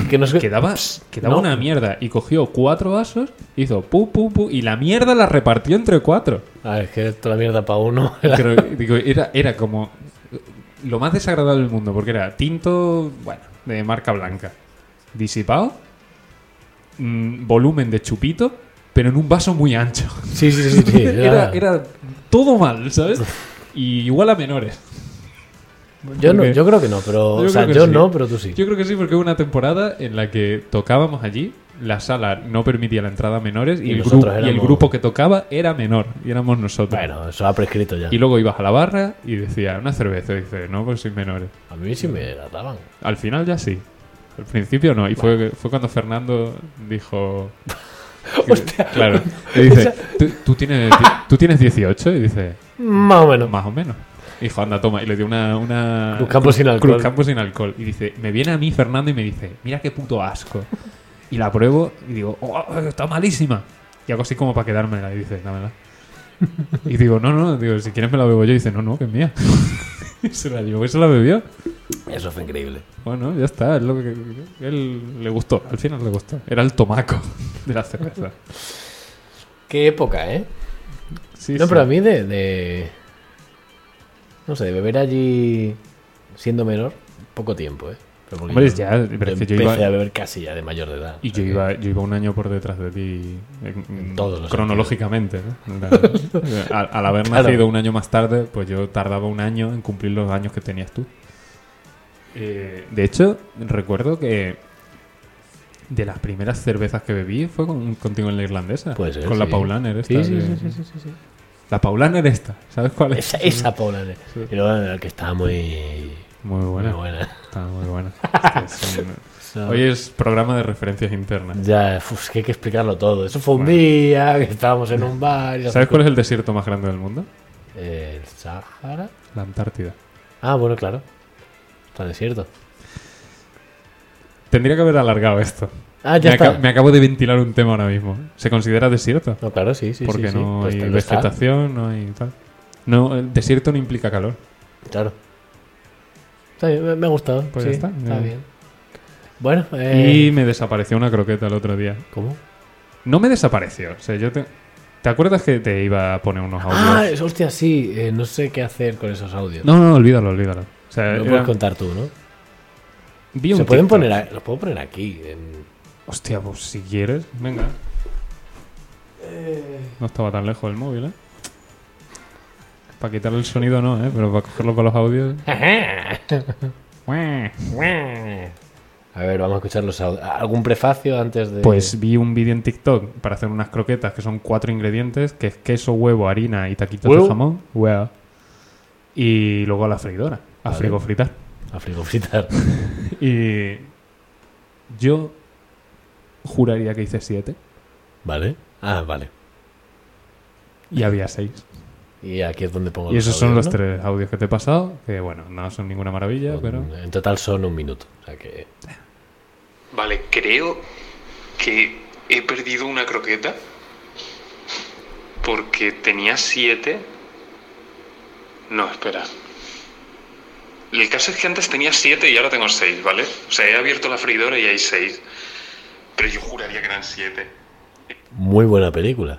A: Que no se-
B: quedaba, quedaba
A: no.
B: una mierda. Y cogió cuatro vasos, hizo pu, pu, pu, y la mierda la repartió entre cuatro.
A: Ah, es que toda la mierda para uno.
B: Pero, digo, era, era como lo más desagradable del mundo, porque era tinto, bueno, de marca blanca, disipado, mm, volumen de chupito, pero en un vaso muy ancho.
A: Sí, sí, sí. sí,
B: Era, era todo mal, ¿sabes? Y igual a menores.
A: Yo, no,
B: Porque-
A: yo creo que no, pero.
B: Yo
A: o sea,
B: creo que
A: yo
B: sí.
A: no, pero tú sí.
B: Yo creo que sí, porque hubo una temporada en la que tocábamos allí, la sala no permitía la entrada a menores y,
A: Y
B: el,
A: nosotros
B: grupo- y el
A: éramos-
B: grupo que tocaba era menor, y éramos nosotros.
A: Bueno, eso ha prescrito ya.
B: Y luego ibas a la barra y decía, una cerveza, y dice, no, pues sois menores.
A: A mí sí me la daban.
B: Al final ya sí. Al principio no, y fue, fue cuando Fernando dijo... que- claro, y dice, "Tú- tú tienes, tú tienes 18, y dice,
A: Más o menos.
B: más o menos. Y dijo, anda, toma. Y le dio una. una
A: Cruzcampo sin alcohol.
B: Cruzcampo sin alcohol. Y dice, me viene a mí Fernando y me dice, mira qué puto asco. Y la pruebo y digo, "Oh, está malísima. Y hago así como para quedármela. Y dice, dámela. Y digo, no, no, digo, si quieres me la bebo yo. Y dice, no, no, que es mía. y se la llevó y se la bebió.
A: Eso fue increíble.
B: Bueno, ya está, es lo que. Él le gustó, al final le gustó. Era el tomaco de la cerveza.
A: Qué época, ¿eh?
B: Sí,
A: no,
B: sí.
A: pero a mí de, de- No sé, de beber allí siendo menor, poco tiempo, ¿eh? Pero porque
B: Hombre,
A: yo-
B: ya, pero
A: yo
B: es que yo
A: empecé
B: iba.
A: a beber casi ya de mayor de edad.
B: Y yo iba, yo iba un año por detrás de ti en- en-
A: todos los
B: cronológicamente. ¿no? Al, al haber
A: Claro.
B: nacido un año más tarde, pues yo tardaba un año en cumplir los años que tenías tú. Eh, de hecho, recuerdo que de las primeras cervezas que bebí fue con- contigo en la irlandesa.
A: Puede ser,
B: con la
A: sí.
B: Paulaner esta.
A: Sí, sí,
B: que-
A: sí, sí, sí, sí, sí.
B: La Paulaner esta, ¿sabes cuál es?
A: Esa, esa Paula. de-
B: Sí.
A: Y luego la que estaba muy.
B: Muy buena.
A: Muy buena.
B: Está muy buena. Es un- Hoy es programa de referencias internas.
A: Ya, uf, es que hay que explicarlo todo. Eso fue un
B: Bueno.
A: día que estábamos en un bar. Y
B: ¿Sabes cuál es el desierto más grande del mundo?
A: ¿El Sahara?
B: La Antártida.
A: Ah, bueno, claro. Está desierto.
B: Tendría que haber alargado esto.
A: Ah, ya
B: Me,
A: está.
B: aca- me acabo de ventilar un tema ahora mismo. Se considera desierto.
A: No, claro, sí, sí.
B: porque
A: sí, sí.
B: no
A: Pues
B: hay
A: está- lo está.
B: vegetación, no hay tal. No, el desierto no implica calor.
A: Claro. Está bien, me, me ha gustado.
B: Pues
A: sí,
B: ya está,
A: está.
B: ya.
A: bien. Bueno, eh,
B: Y me desapareció una croqueta el otro día.
A: ¿Cómo?
B: No me desapareció. O sea, yo te... ¿Te acuerdas que te iba a poner unos audios?
A: Ah, es- hostia, sí. eh, no sé qué hacer con esos audios.
B: No, no, olvídalo, olvídalo. O sea,
A: Lo
B: era-
A: puedes contar tú, ¿no?
B: vi un
A: Se pueden
B: TikTok.
A: poner... a- los puedo poner aquí. en-
B: Hostia, pues si quieres, venga.
A: Eh.
B: No estaba tan lejos el móvil, ¿eh? Para quitar el sonido no, ¿eh? Pero para cogerlo para los audios... Pues
A: A ver, vamos a escuchar los audios. ¿Algún prefacio antes de...?
B: Pues vi un vídeo en TikTok para hacer unas croquetas que son cuatro ingredientes, que es queso, huevo, harina y taquitos
A: Huevo.
B: de jamón. Huevo. Y luego a la freidora, a
A: Vale.
B: frigofritar.
A: A frigofitar.
B: Y yo juraría que hice siete
A: ¿Vale? Ah, vale.
B: y había seis.
A: Y aquí es donde pongo
B: Y
A: los
B: esos son
A: audios,
B: los
A: ¿no? Pues
B: tres audios que te he pasado, que bueno, no son ninguna maravilla, pero...
A: En total son un minuto. O sea que...
D: Vale, creo que he perdido una croqueta porque tenía siete. No, espera. El caso es que antes tenía siete y ahora tengo seis, ¿vale? O sea, he abierto la freidora y hay seis. Pero yo juraría que eran siete.
A: Muy buena película.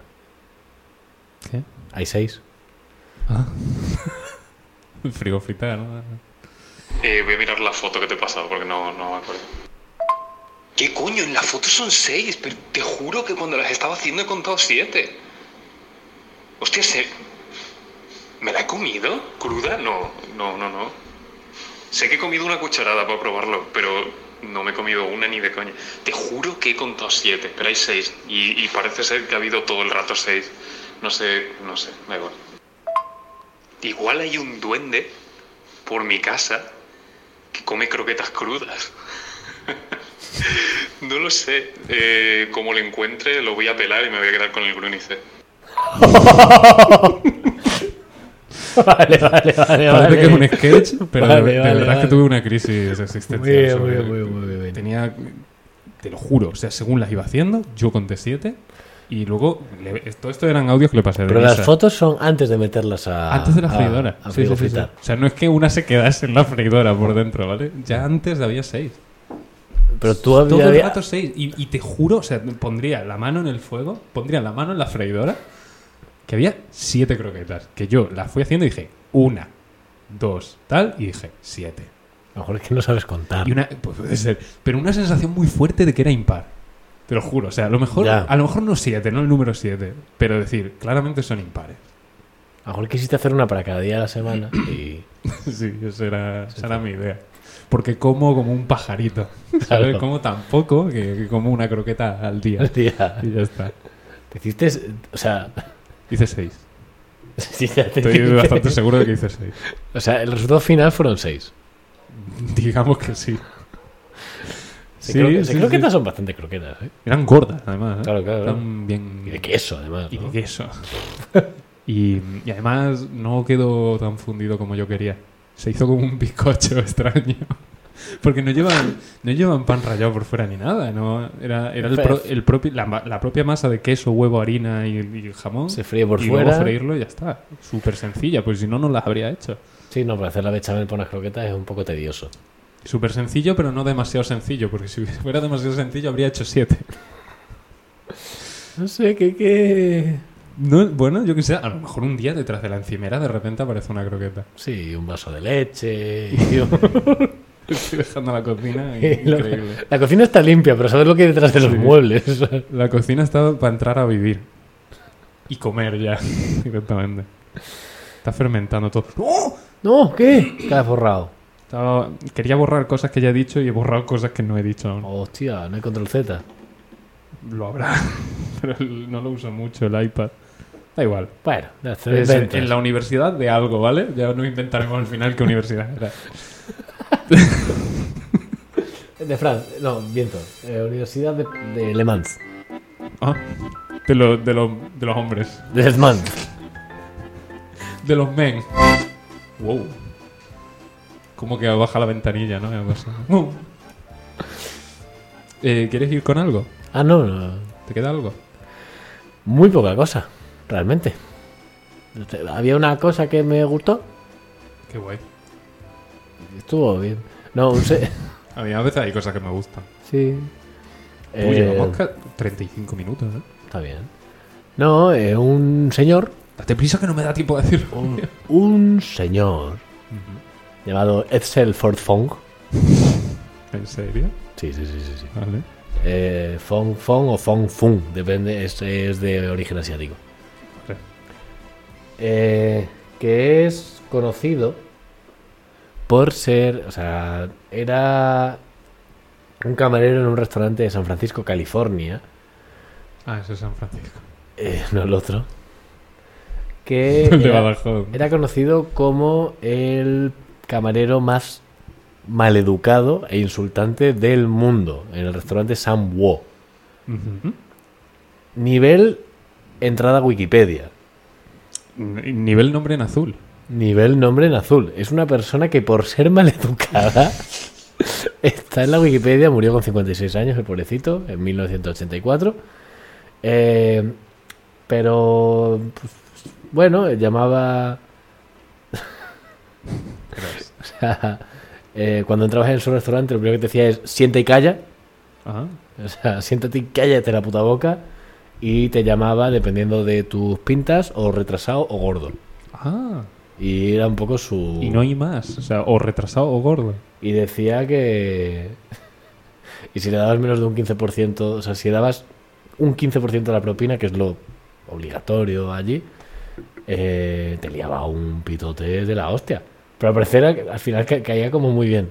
B: ¿Qué?
A: Hay seis.
B: Frigofritar, ¿no?
D: Eh, voy a mirar la foto que te he pasado porque no, no me acuerdo. ¿Qué coño? En la foto son seis, pero te juro que cuando las estaba haciendo he contado siete. Hostia, se... ¿me la he comido? ¿Cruda? No, no, no, no. Sé que he comido una cucharada para probarlo, pero no me he comido una ni de coña. Te juro que he contado siete, pero hay seis. Y, y parece ser que ha habido todo el rato seis. No sé, no sé, da igual. Igual hay un duende por mi casa que come croquetas crudas. no lo sé. Eh, como lo encuentre, lo voy a pelar y me voy a quedar con el grunice.
A: Vale, vale, vale.
B: Parece
A: vale.
B: que es un sketch, pero de-
A: Vale,
B: de,
A: vale,
B: verdad
A: vale.
B: que tuve una crisis existencial.
A: Muy bien,
B: sobre-
A: muy bien, muy bien, muy bien.
B: Tenía, te lo juro, o sea, según las iba haciendo, yo conté siete y luego le- esto, esto eran audios que le pasé. de
A: Pero las
B: risa.
A: fotos Ah, son antes de meterlas a.
B: antes de la
A: a-
B: freidora.
A: A,
B: Sí, sí, sí, sí.
A: frigofitar.
B: O sea, no es que una se quedase en la freidora por dentro, ¿vale? Ya antes había seis.
A: Pero tú
B: Todo
A: había-
B: el rato seis. Y, y te juro, o sea, pondría la mano en el fuego, pondría la mano en la freidora, que había siete croquetas. Que yo las fui haciendo y dije, una, dos, tal, y dije, siete.
A: A lo mejor es que no sabes contar.
B: Y una, pues puede ser, pero una sensación muy fuerte de que era impar. Te lo juro, o sea, a lo mejor,
A: Ya.
B: a lo mejor no siete, no el número siete, pero decir, claramente son impares.
A: A lo mejor quisiste hacer una para cada día de la semana y.
B: sí, esa era, esa era mi idea. Porque como como un pajarito, ¿sabes?
A: Claro.
B: Como tan poco que, que como una croqueta al día.
A: Hostia,
B: Y ya está.
A: Te hiciste. O sea.
B: Hice seis.
A: sí, ya te
B: Estoy
A: hiciste-
B: bastante seguro de que hice seis.
A: O sea, el resultado final fueron seis.
B: Digamos que sí.
A: Sí, creo que,
B: sí, sí.
A: croquetas son bastante croquetas, ¿eh?
B: Eran gordas, además. ¿eh?
A: Claro, claro, claro.
B: Eran bien...
A: Y de queso, además.
B: Y de
A: ¿no?
B: queso. y, y además no quedó tan fundido como yo quería. Se hizo como un bizcocho extraño. Porque no llevan, no llevan pan rallado por fuera ni nada. ¿no? Era, era el pro- el propio- la, ma- la propia masa de queso, huevo, harina y, y jamón.
A: Se fríe por
B: y
A: fuera.
B: luego freírlo y ya está. Súper sencilla, pues si no, no las habría hecho.
A: Sí, no, para hacer la bechamel por unas croquetas es un poco tedioso.
B: Súper sencillo, pero no demasiado sencillo. Porque si fuera demasiado sencillo, habría hecho siete.
A: No sé, ¿qué, qué?
B: No, bueno, yo qué sé, a lo mejor un día detrás de la encimera de repente aparece una croqueta.
A: Sí, un vaso de leche. y un-
B: Estoy dejando la cocina
A: y Eh, lo-
B: increíble.
A: La cocina está limpia, pero sabes lo que hay detrás de los
B: Sí.
A: muebles.
B: La cocina estaba para entrar a vivir y comer ya directamente. Está fermentando todo. ¡Oh!
A: no, ¿qué? Te has borrado.
B: Estaba- Quería borrar cosas que ya he dicho y he borrado cosas que no he dicho aún.
A: Hostia, no hay control Z.
B: Lo habrá, pero el- no lo uso mucho el iPad. Da igual.
A: Bueno, ya te lo
B: Es en,
A: inventas.
B: en la universidad de algo, ¿vale? Ya no inventaremos al final qué universidad era.
A: Eh, De Francia, no, viento. Eh, Universidad de, de Le Mans.
B: Ah, de, lo- de lo- de los hombres.
A: De Le Mans.
B: De los men. Wow. Como que baja la ventanilla, ¿no? Algo así. Uh. Eh, ¿Quieres ir con algo?
A: Ah, no, no.
B: ¿Te queda algo?
A: Muy poca cosa, realmente. Te- Había una cosa que me gustó.
B: Qué guay.
A: Estuvo bien. No, un se-
B: A mí a veces hay cosas que me gustan.
A: Sí.
B: Uy,
A: Eh,
B: llevamos ca- 35 minutos, ¿eh?
A: está bien. No, eh, un señor.
B: Date prisa que no me da tiempo de decirlo.
A: Un, un señor. Llamado Edsel Ford Fong.
B: ¿En serio?
A: Sí, sí, sí, sí. sí.
B: Vale.
A: Eh, Fong Fong o Fong Fung. Depende, es, es de origen asiático.
B: Vale.
A: Eh, que es conocido por ser, o sea, era un camarero en un restaurante de San Francisco, California,
B: Ah, eso es San Francisco.
A: eh, no el otro, que
B: El de
A: Eh, era,
B: Badajoz.
A: era conocido como el camarero más maleducado e insultante del mundo en el restaurante San Wo.
B: Ujú.
A: Nivel entrada a Wikipedia.
B: N- Mm, Nivel nombre en azul.
A: Nivel nombre en azul. Es una persona que por ser maleducada está en la Wikipedia, murió con 56 años, el pobrecito, en 1984. Eh, pero, pues, bueno, llamaba... o sea, eh, cuando entrabas en su restaurante, lo primero que te decía es siente y calla.
B: Ah,
A: O sea, siéntate y cállate la puta boca. Y te llamaba dependiendo de tus pintas, o retrasado o gordo.
B: ah.
A: Y era un poco su...
B: Y no hay más. O sea, o retrasado o gordo.
A: Y decía que. Y si le dabas menos de un 15%, o sea, si le dabas un 15% de la propina, que es lo obligatorio allí, eh, te liaba un pitote de la hostia. Pero al parecer al al final ca- caía como muy bien.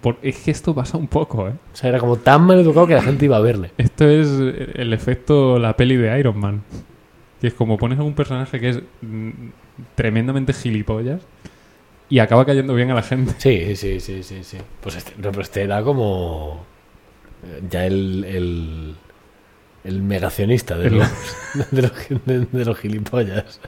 B: Por- es que esto pasa un poco, ¿eh?
A: O sea, era como tan mal educado que la gente iba a verle.
B: Esto es el efecto la peli de Iron Man. Que es como pones a un personaje que es mm, tremendamente gilipollas y acaba cayendo bien a la gente.
A: Sí, sí, sí, sí, sí. Pues este, no, pero este era como. eh, Ya el. el el negacionista de
B: El-
A: los, de los, de- de los gilipollas.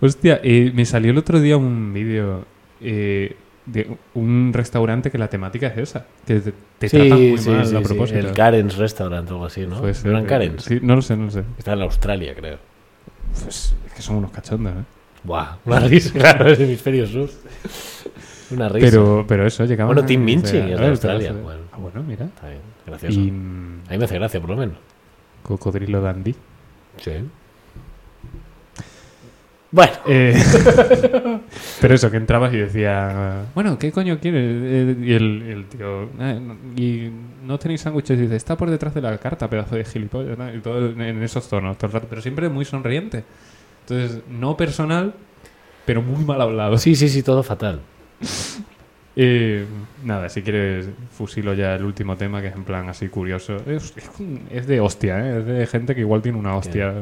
B: Hostia, eh, me salió el otro día un vídeo eh, de un restaurante que la temática es esa. Que te, te tratan muy mal a propósito.
A: El Karen's Restaurant o algo así, ¿no?
B: Puede ser,
A: ¿No eran
B: eh,
A: Karen's?
B: Sí, no lo sé, no lo sé.
A: Está en Australia, creo.
B: Pues es que son unos cachondos, ¿eh?
A: Buah, una risa, claro, el hemisferio sur. Una risa.
B: Pero, pero eso, llegamos
A: Bueno, Tim Minchin es de
B: a "Ah, ver,
A: Australia,
B: a ver.
A: bueno.
B: Ah, bueno, mira.
A: Está bien, gracioso.
B: Y mm,
A: A mí me hace gracia, por lo menos.
B: Cocodrilo Dandy.
A: Sí. Bueno,
B: Eh, pero eso, que entrabas y decía, bueno, ¿qué coño quieres? Eh, Y el, el tío, "Ah, no- y no tenéis sándwiches, y dice, está por detrás de la carta, pedazo de gilipollas, ¿no? y todo en- en esos tonos, todo el rato, pero siempre muy sonriente. Entonces, no personal, pero muy mal hablado.
A: sí, sí, sí, todo fatal.
B: Eh, nada, si quieres, fusilo ya el último tema, que es en plan así curioso. Es, es un- es de hostia, ¿eh? es de gente que igual tiene una hostia. Pero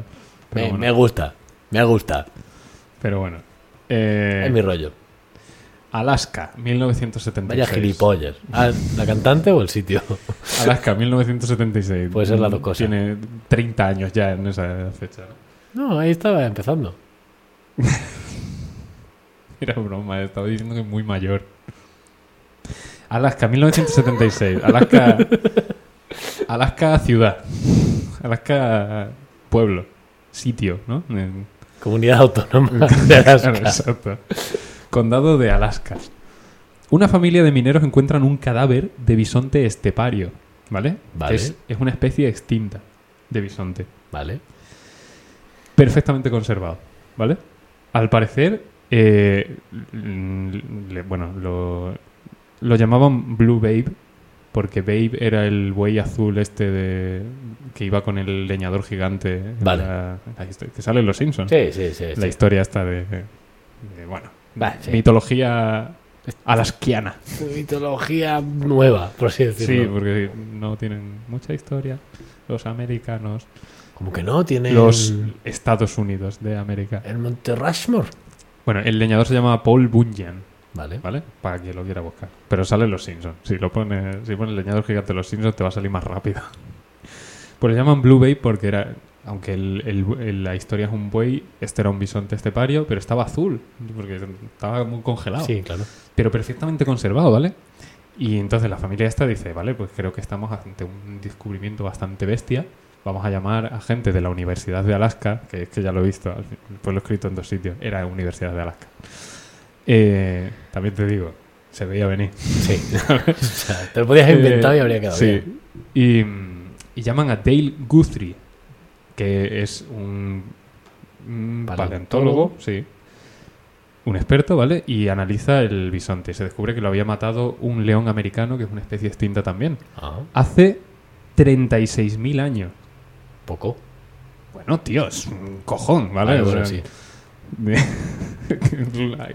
A: Me,
B: bueno.
A: me gusta, me gusta.
B: pero bueno. Eh,
A: Es mi rollo.
B: Alaska, 1976.
A: Vaya gilipollas. Ah, ¿La cantante o el sitio?
B: Alaska, 1976.
A: Puede ser las dos cosas.
B: Mm, Tiene 30 años ya en esa fecha.
A: No, ahí estaba empezando.
B: Era broma, estaba diciendo que es muy mayor. Alaska, 1976. Alaska. Alaska, ciudad. Alaska, pueblo. Sitio, ¿no? En-
A: Comunidad autónoma de
B: Claro,
A: Alaska.
B: exacto. Condado de Alaska. Una familia de mineros encuentran un cadáver de bisonte estepario, ¿vale?
A: Vale.
B: Es, es una especie extinta de bisonte,
A: Vale.
B: perfectamente conservado, ¿vale? Al parecer, eh, mm, le- bueno, lo, lo llamaban Blue Babe, porque Babe era el buey azul este de, que iba con el leñador gigante. en
A: Vale.
B: la- en la historia- que sale en Los Simpsons.
A: Sí, sí, sí.
B: La
A: sí.
B: historia esta de, de, bueno,
A: Va, sí.
B: mitología alasquiana.
A: Mitología nueva, por así
B: Sí, pues,
A: decirlo.
B: porque no tienen mucha historia los americanos,
A: Como que no, tiene
B: los Estados Unidos de América.
A: el Monte Rushmore.
B: Bueno, el leñador se llama Paul Bunyan,
A: Vale.
B: ¿vale? Para que lo quiera buscar. Pero sale en los Simpsons. Si lo pones, si pones leñador gigante en los Simpsons te va a salir más rápido. Pues le llaman Blue Bay porque era, aunque el- el- el- la historia es un buey, este era un bisonte estepario, pero estaba azul, porque estaba muy congelado.
A: Sí, claro.
B: pero perfectamente conservado, ¿vale? Y entonces la familia esta dice, vale, pues creo que estamos ante un descubrimiento bastante bestia. Vamos a llamar a gente de la Universidad de Alaska, que es que ya lo he visto, al fin- pues lo he escrito en dos sitios, era Universidad de Alaska. Eh, también te digo, se veía venir.
A: Sí. O sea, te lo podías inventar y
B: Eh,
A: habría quedado
B: Sí.
A: bien.
B: Y, mm, y llaman a Dale Guthrie, que es un, un
A: Paleontólogo.
B: paleontólogo, sí. Un experto, ¿vale? Y analiza el bisonte. Se descubre que lo había matado un león americano, que es una especie extinta también.
A: Ah,
B: Hace 36.000 años.
A: poco.
B: Bueno, tío, es un cojón, ¿vale?
A: Vale,
B: O
A: bueno,
B: sea,
A: sí.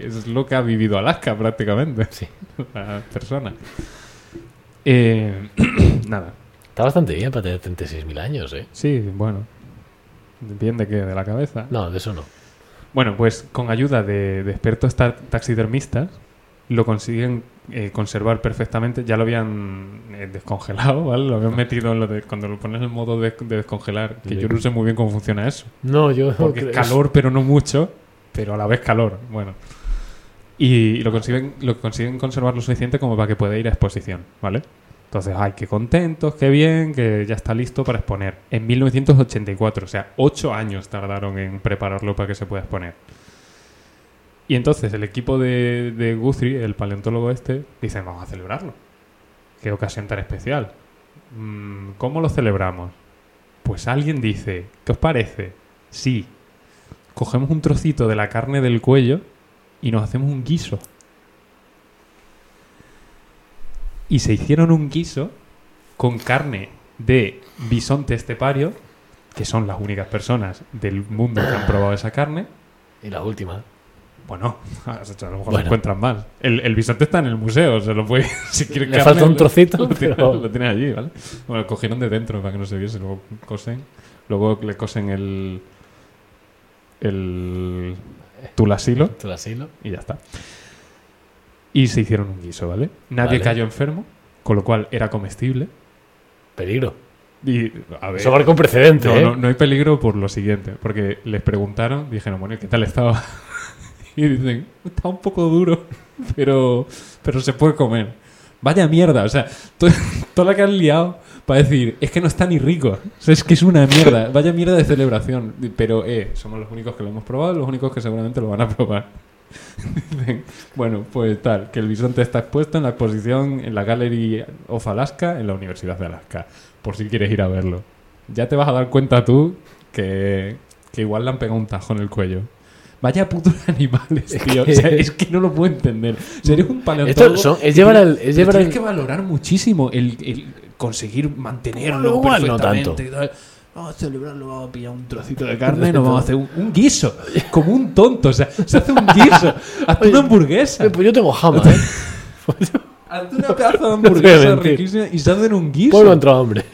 B: es lo que ha vivido Alaska prácticamente,
A: Sí.
B: la persona. Eh, nada,
A: Está bastante bien para tener 36.000 años, ¿eh?
B: Sí, bueno. Depende que de la cabeza.
A: No, de eso no.
B: Bueno, pues con ayuda de, de expertos ta- taxidermistas lo consiguen eh, conservar perfectamente. Ya lo habían eh, descongelado, ¿vale? Lo habían metido en lo de, cuando lo pones en modo de, de descongelar. Que yo no sé muy bien cómo funciona eso.
A: No, yo no
B: Porque
A: creo-
B: es calor, pero no mucho, pero a la vez calor. Bueno. Y lo consiguen, lo consiguen conservar lo suficiente como para que pueda ir a exposición, ¿vale? Entonces, ay, qué contentos, qué bien, que ya está listo para exponer. En 1984, o sea, ocho años tardaron en prepararlo para que se pueda exponer. Y entonces el equipo de, de Guthrie, el paleontólogo este, dice, vamos a celebrarlo. Qué ocasión tan especial. Mm, ¿Cómo lo celebramos? Pues alguien dice, ¿qué os parece? Sí, cogemos un trocito de la carne del cuello y nos hacemos un guiso. Y se hicieron un guiso con carne de bisonte estepario, que son las únicas personas del mundo que han probado esa carne.
A: Y la última.
B: Bueno, a lo mejor lo
A: Bueno.
B: encuentran mal. El, el bisonte está en el museo, se lo puede. Si quiere
A: Le falta un trocito,
B: Lo, tiene-
A: pero-
B: lo tiene allí, ¿vale? Bueno, lo cogieron de dentro para que no se viese, luego cosen. Luego le cosen el. el. tulasilo
A: Te la asilo.
B: y ya está. Y se hicieron un guiso, ¿vale? Nadie
A: Vale.
B: cayó enfermo, con lo cual era comestible.
A: Peligro.
B: Y, a ver.
A: Eso marca un precedente,
B: No,
A: ¿eh?
B: no, no hay peligro por lo siguiente, porque les preguntaron, dijeron, bueno, ¿y ¿qué tal estaba? Y dicen, está un poco duro, pero, pero se puede comer. Vaya mierda, o sea, to- toda la que han liado para decir, es que no está ni rico, O sea, es que es una mierda, vaya mierda de celebración, pero eh, somos los únicos que lo hemos probado, los únicos que seguramente lo van a probar. Dicen, bueno, pues tal, que el bisonte está expuesto en la exposición en la Gallery of Alaska en la Universidad de Alaska, por si quieres ir a verlo. Ya te vas a dar cuenta tú que, que igual le han pegado un tajo en el cuello. Vaya putos animales, tío. O sea, es que no lo puedo entender. O sea, eres un paleontólogo.
A: Esto son- es
B: que
A: llevar
B: tienes-
A: al- es llevar
B: tienes
A: al-
B: que valorar muchísimo el, el conseguir mantenerlo
A: Igual no
B: perfectamente
A: tanto.
B: y tal. Vamos a celebrarlo, vamos a pillar un trocito de carne y nos vamos a hacer un, un guiso. Como un tonto, o sea, se hace un guiso. Hazte una hamburguesa.
A: Eh, Pues yo tengo jama, ¿eh?
B: Hazte una pedazo de
A: voy a
B: hamburguesa
A: mentir.
B: riquísima y se hacen un guiso.
A: Pueblo entra hambre.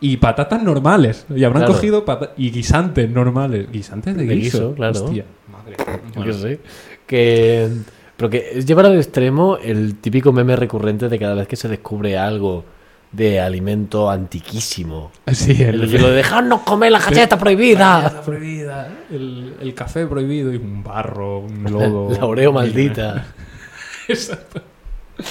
B: Y patatas normales. Y habrán
A: Claro.
B: cogido pata- y guisantes normales. Guisantes de,
A: De
B: guiso.
A: guiso, claro.
B: Hostia, madre.
A: Yo
B: Bueno,
A: qué sé. Que. Pero que es llevar al extremo el típico meme recurrente de cada vez que se descubre algo de alimento antiquísimo.
B: Sí, el,
A: El de lo de dejarnos comer la galleta
B: La
A: prohibida.
B: galleta prohibida, el, el café prohibido y un barro, un lodo.
A: La Oreo maldita.
B: Exacto.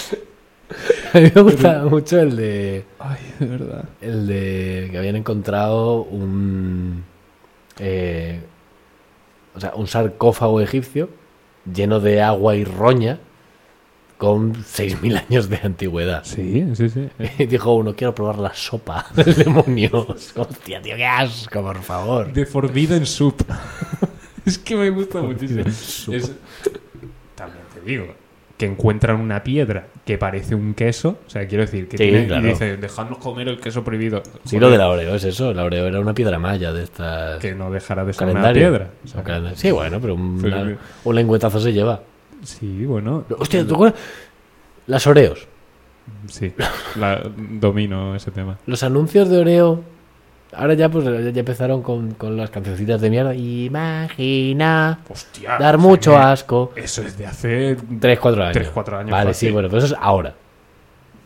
A: A mí me gusta mucho el de.
B: Ay, de verdad.
A: El de que habían encontrado un. eh, o sea, un sarcófago egipcio lleno de agua y roña con 6.000 años de antigüedad.
B: Sí, sí, sí.
A: Y dijo uno, quiero probar la sopa del demonio. Hostia, tío, qué asco, por favor.
B: The Forbidden Soup. es que me gusta muchísimo.
A: Soup.
B: Es- También te digo que encuentran una piedra que parece un queso. O sea, quiero decir, que
A: Sí,
B: tiene,
A: claro.
B: y dice, dejadnos comer el queso prohibido.
A: Sí, lo de la Oreo es eso. La Oreo era una piedra maya de estas.
B: Que no dejará de ser una
A: Calendario.
B: piedra. O sea,
A: Un calendario. Sí, bueno, pero un,
B: Pero-
A: una- un lengüetazo se lleva.
B: sí, bueno.
A: Hostia, ¿tú acuerdas? Las Oreos.
B: Sí, la- domino ese tema.
A: Los anuncios de Oreo. Ahora ya pues ya ya empezaron con, con las cancioncitas de mierda. Imagina.
B: Hostia.
A: Dar mucho asco.
B: Eso es de hace.
A: 3, 4 años.
B: Tres, cuatro años,
A: Vale,
B: fácil.
A: sí, bueno, pero eso es ahora.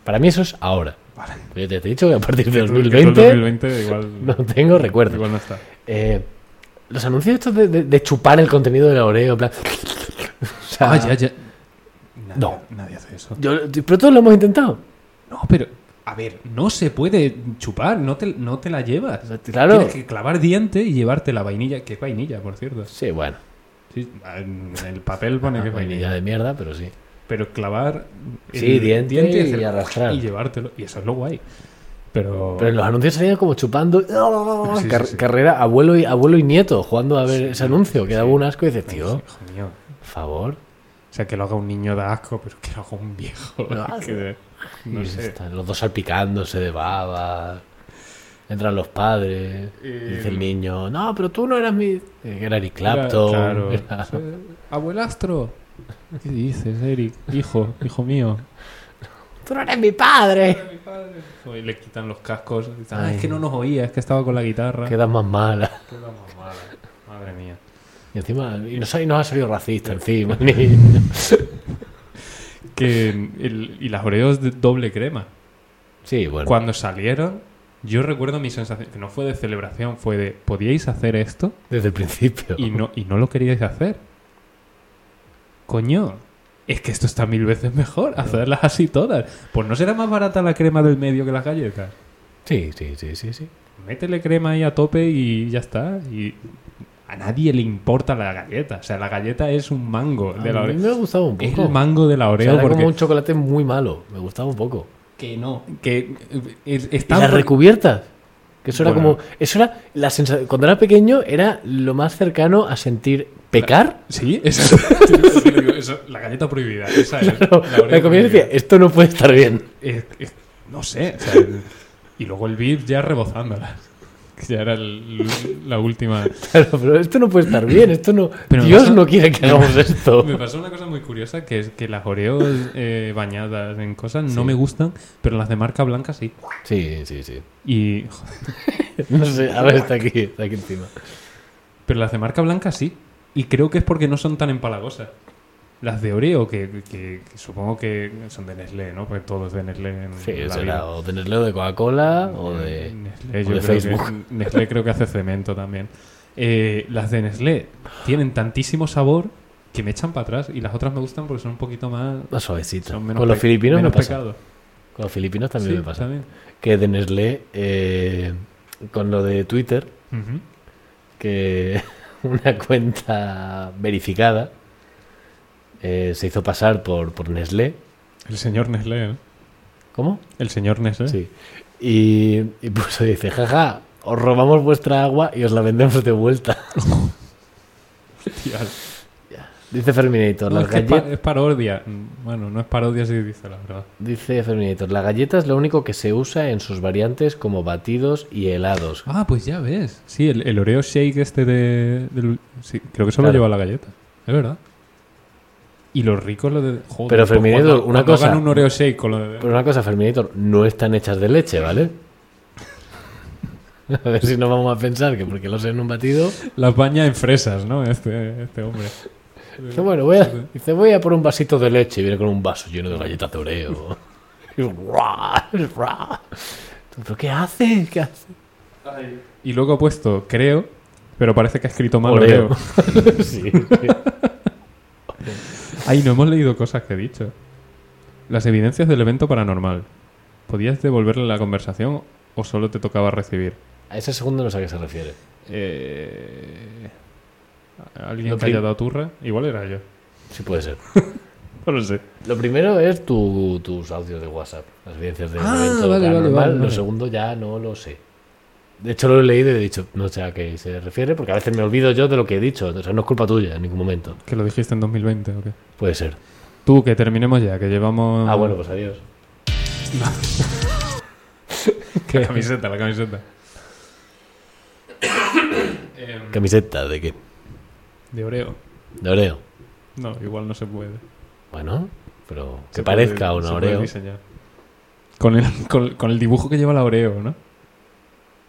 A: Para mí eso es ahora.
B: Vale.
A: Yo te, te he dicho que a partir de
B: Que
A: 2020
B: 2020 igual.
A: no tengo recuerdo.
B: Igual no está.
A: Eh, los anuncios estos de, de- de chupar el contenido de la Oreo, en plan... o sea,
B: Ah, ya.
A: No.
B: Nadie hace eso.
A: yo- pero todos lo hemos intentado.
B: No, pero. A ver, no se puede chupar, no te, no te la llevas.
A: Pues, Claro.
B: Tienes que clavar diente y llevarte la vainilla, que es vainilla, por cierto.
A: Sí, bueno.
B: Sí, en el papel pone que es
A: Vainilla
B: vainilla.
A: de mierda, pero sí.
B: Pero clavar.
A: Sí, diente y
B: hacer-
A: arrastrar.
B: Y llevártelo. Y eso es lo guay. Pero.
A: Pero en los anuncios salían como chupando. ¡Ah!
B: sí,
A: Car-
B: sí.
A: Carrera, abuelo y, abuelo y nieto jugando a ver
B: Sí,
A: ese anuncio. Que
B: sí.
A: daba un asco y dices,
B: Ay,
A: tío,
B: hijo mío.
A: por favor.
B: O sea, que lo haga un niño da asco, pero que lo haga un viejo. que- no
A: Y
B: sé.
A: están los dos salpicándose de baba. Entran los padres.
B: Eh,
A: dice el niño, no, pero tú no eras mi. eh, Era Eric
B: Era-
A: Clapton.
B: claro.
A: era-
B: Eh, Abuelastro. ¿Qué dices, Eric? Hijo, hijo mío.
A: Tú no eres mi padre.
B: Hoy le quitan los cascos. Dicen, "Ah,
A: Ay.
B: es que no nos oía, es que estaba con la guitarra.
A: Quedas más mala.
B: Qué mamada. Madre mía.
A: Y encima, y nos ha, y nos ha salido racista encima. el niño.
B: Que el- y las Oreos de doble crema.
A: Sí, bueno.
B: Cuando salieron, yo recuerdo mi sensación, que no fue de celebración, fue de, ¿podíais hacer esto?
A: Desde el principio.
B: y no, y no lo queríais hacer. Coño, es que esto está mil veces mejor, hacerlas así todas. Pues no será más barata la crema del medio que las galletas.
A: Sí, sí, sí, sí, sí.
B: Métele crema ahí a tope y ya está. Y a nadie le importa la galleta. O sea, la galleta es un mango de la
A: A mí
B: Oreo.
A: me ha gustado un
B: Es
A: poco.
B: el mango de la
A: O sea,
B: Oreo
A: era
B: porque
A: como un chocolate muy malo. Me gustaba un poco.
B: que no, que eh, es- es
A: Y
B: tan-
A: las recubiertas. Que eso era
B: Bueno.
A: como. Eso era. La sensa- Cuando era pequeño, era lo más cercano a sentir pecar.
B: Sí, eso, eso- la galleta prohibida. Esa es, la Oreo
A: la comida
B: prohibida.
A: decía, eh. esto no puede estar bien.
B: Eh, eh, no sé. o sea, el- y luego el beef ya rebozándola. Que ya era el- la última.
A: Claro, pero esto no puede estar bien. Esto no.
B: Pero me
A: Dios
B: pasa-
A: no quiere que hagamos esto.
B: Me pasó una cosa muy curiosa, que es que las Oreos eh, bañadas en cosas no me gustan, pero las de marca blanca sí.
A: Sí, sí, sí.
B: Y, joder,
A: No sé, a ver, está aquí, está aquí encima.
B: pero las de marca blanca sí. Y creo que es porque no son tan empalagosas. Las de Oreo, que, que- que supongo que son de Nestlé, ¿no? Porque todo es de Nestlé en
A: Sí,
B: la vida. Eh,
A: será o de Nestlé o de Coca-Cola o de.
B: Nestlé,
A: o
B: yo
A: de
B: creo
A: Facebook.
B: Que, Nestlé creo que hace cemento también. Eh, las de Nestlé tienen tantísimo sabor que me echan para atrás y las otras me gustan porque son un poquito más...
A: Más suavecita.
B: Son menos
A: Con los
B: pe-
A: filipinos me
B: menos
A: pasa.
B: pecado.
A: Con los filipinos también
B: Sí,
A: me pasa.
B: también.
A: Que de Nestlé, eh, con lo de Twitter,
B: Ujú.
A: que una cuenta verificada eh, se hizo pasar por, por Nestlé.
B: El señor Nestlé, ¿no?
A: ¿Cómo?
B: El señor Nestlé.
A: Sí. Y, y puso, dice, jaja, os robamos vuestra agua y os la vendemos de vuelta.
B: Hostia,
A: Dice Ferminator,
B: No,
A: las
B: es, que es pa-
A: galletas.
B: es parodia. Mm, Bueno, no es parodia si dice la verdad.
A: Dice Ferminator, la galleta es lo único que se usa en sus variantes como batidos y helados.
B: Ah, pues ya ves. Sí, el, el Oreo Shake este de... del- sí, creo que solo
A: Claro.
B: lleva la galleta. Es verdad. Y los ricos lo de... Joder,
A: Pero, Ferminator,
B: cuando-
A: una
B: cuando
A: cosa-
B: hagan un Oreo Shake con lo de...
A: Pero una cosa, Ferminator, no están hechas de leche, ¿vale? A ver si no vamos a pensar que porque lo sé en un batido.
B: Las baña en fresas, ¿no? Este, este hombre.
A: Dice, bueno, voy a, dice, voy a por un vasito de leche y viene con un vaso lleno de galletas de oreo. Y ¡ruah! ¡ruah! ¿Pero qué hace? ¿Qué hace?
B: Y luego ha puesto, creo, pero parece que ha escrito mal
A: Oreo.
B: Oreo.
A: Sí.
B: Ay, no hemos leído cosas que he dicho. Las evidencias del evento paranormal. ¿Podías devolverle la conversación o solo te tocaba recibir?
A: A ese segundo no sé a qué se refiere.
B: Eh... ¿Alguien
A: Lo
B: que haya
A: prim-
B: dado turra? Igual era yo.
A: Sí puede ser.
B: Pues No lo sé.
A: Lo primero es tu- tus audios de WhatsApp, las evidencias de
B: Ah,
A: evento
B: vale, vale,
A: paranormal.
B: vale,
A: Lo
B: vale.
A: segundo ya no lo sé. De hecho, lo he leído y he dicho, no sé a qué se refiere, porque a veces me olvido yo de lo que he dicho. O sea, no es culpa tuya en ningún momento.
B: ¿Que lo dijiste en 2020 o qué?
A: Puede ser.
B: Tú, que terminemos ya, que llevamos...
A: Ah, bueno, pues adiós.
B: La camiseta, la camiseta. Em,
A: ¿Camiseta de qué?
B: de Oreo.
A: De Oreo.
B: No, igual no se puede.
A: Bueno, pero que
B: Se
A: parezca
B: puede-
A: un
B: se puede
A: Oreo.
B: diseñar. Con el, con, con el dibujo que lleva la Oreo, ¿no?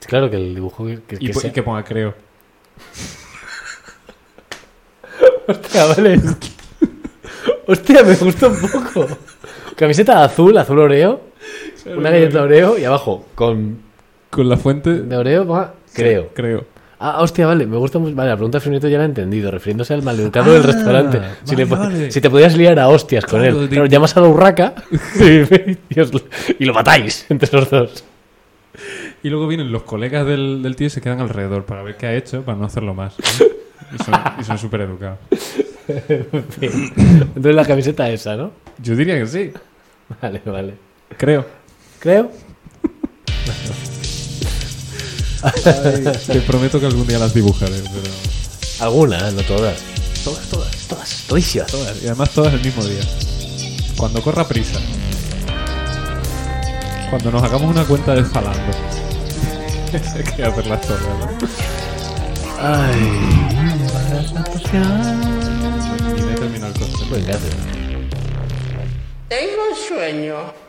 A: Claro que el dibujo que, que-
B: Y,
A: que
B: po-
A: sea-
B: y que ponga creo.
A: Hostia, Ah, vale. Hostia, me gusta un poco. Camiseta azul, azul Oreo. Una galleta Oreo y abajo, con
B: Con la fuente.
A: de Oreo, va, creo.
B: Creo.
A: Ah, hostia, vale, me gusta mucho. Vale, la pregunta de Frioneto ya la he entendido, refiriéndose al maleducado del
B: Ah,
A: restaurante. Si,
B: vale,
A: le po-
B: vale.
A: si te podías liar a hostias con
B: Claro,
A: él.
B: de-
A: Claro, llamas a la urraca y, os- y lo matáis entre los dos.
B: Y luego vienen los colegas del, del tío y se quedan alrededor para ver qué ha hecho, para no hacerlo más. ¿eh? Y son- y son súper educados.
A: Entonces la camiseta esa, ¿no?
B: Yo diría que sí.
A: Vale, vale.
B: Creo.
A: Creo.
B: Te prometo que algún día las dibujaré, pero.
A: Alguna, no todas. Todas, todas, todas, todísimas.
B: Todas. Y además todas el mismo día. Cuando corra prisa. Cuando nos hagamos una cuenta de falando. Hay que hacerlas todas, ¿no?
A: Ay,
B: Y no he terminado el concepto.
A: buen gato.
E: Tengo sueño.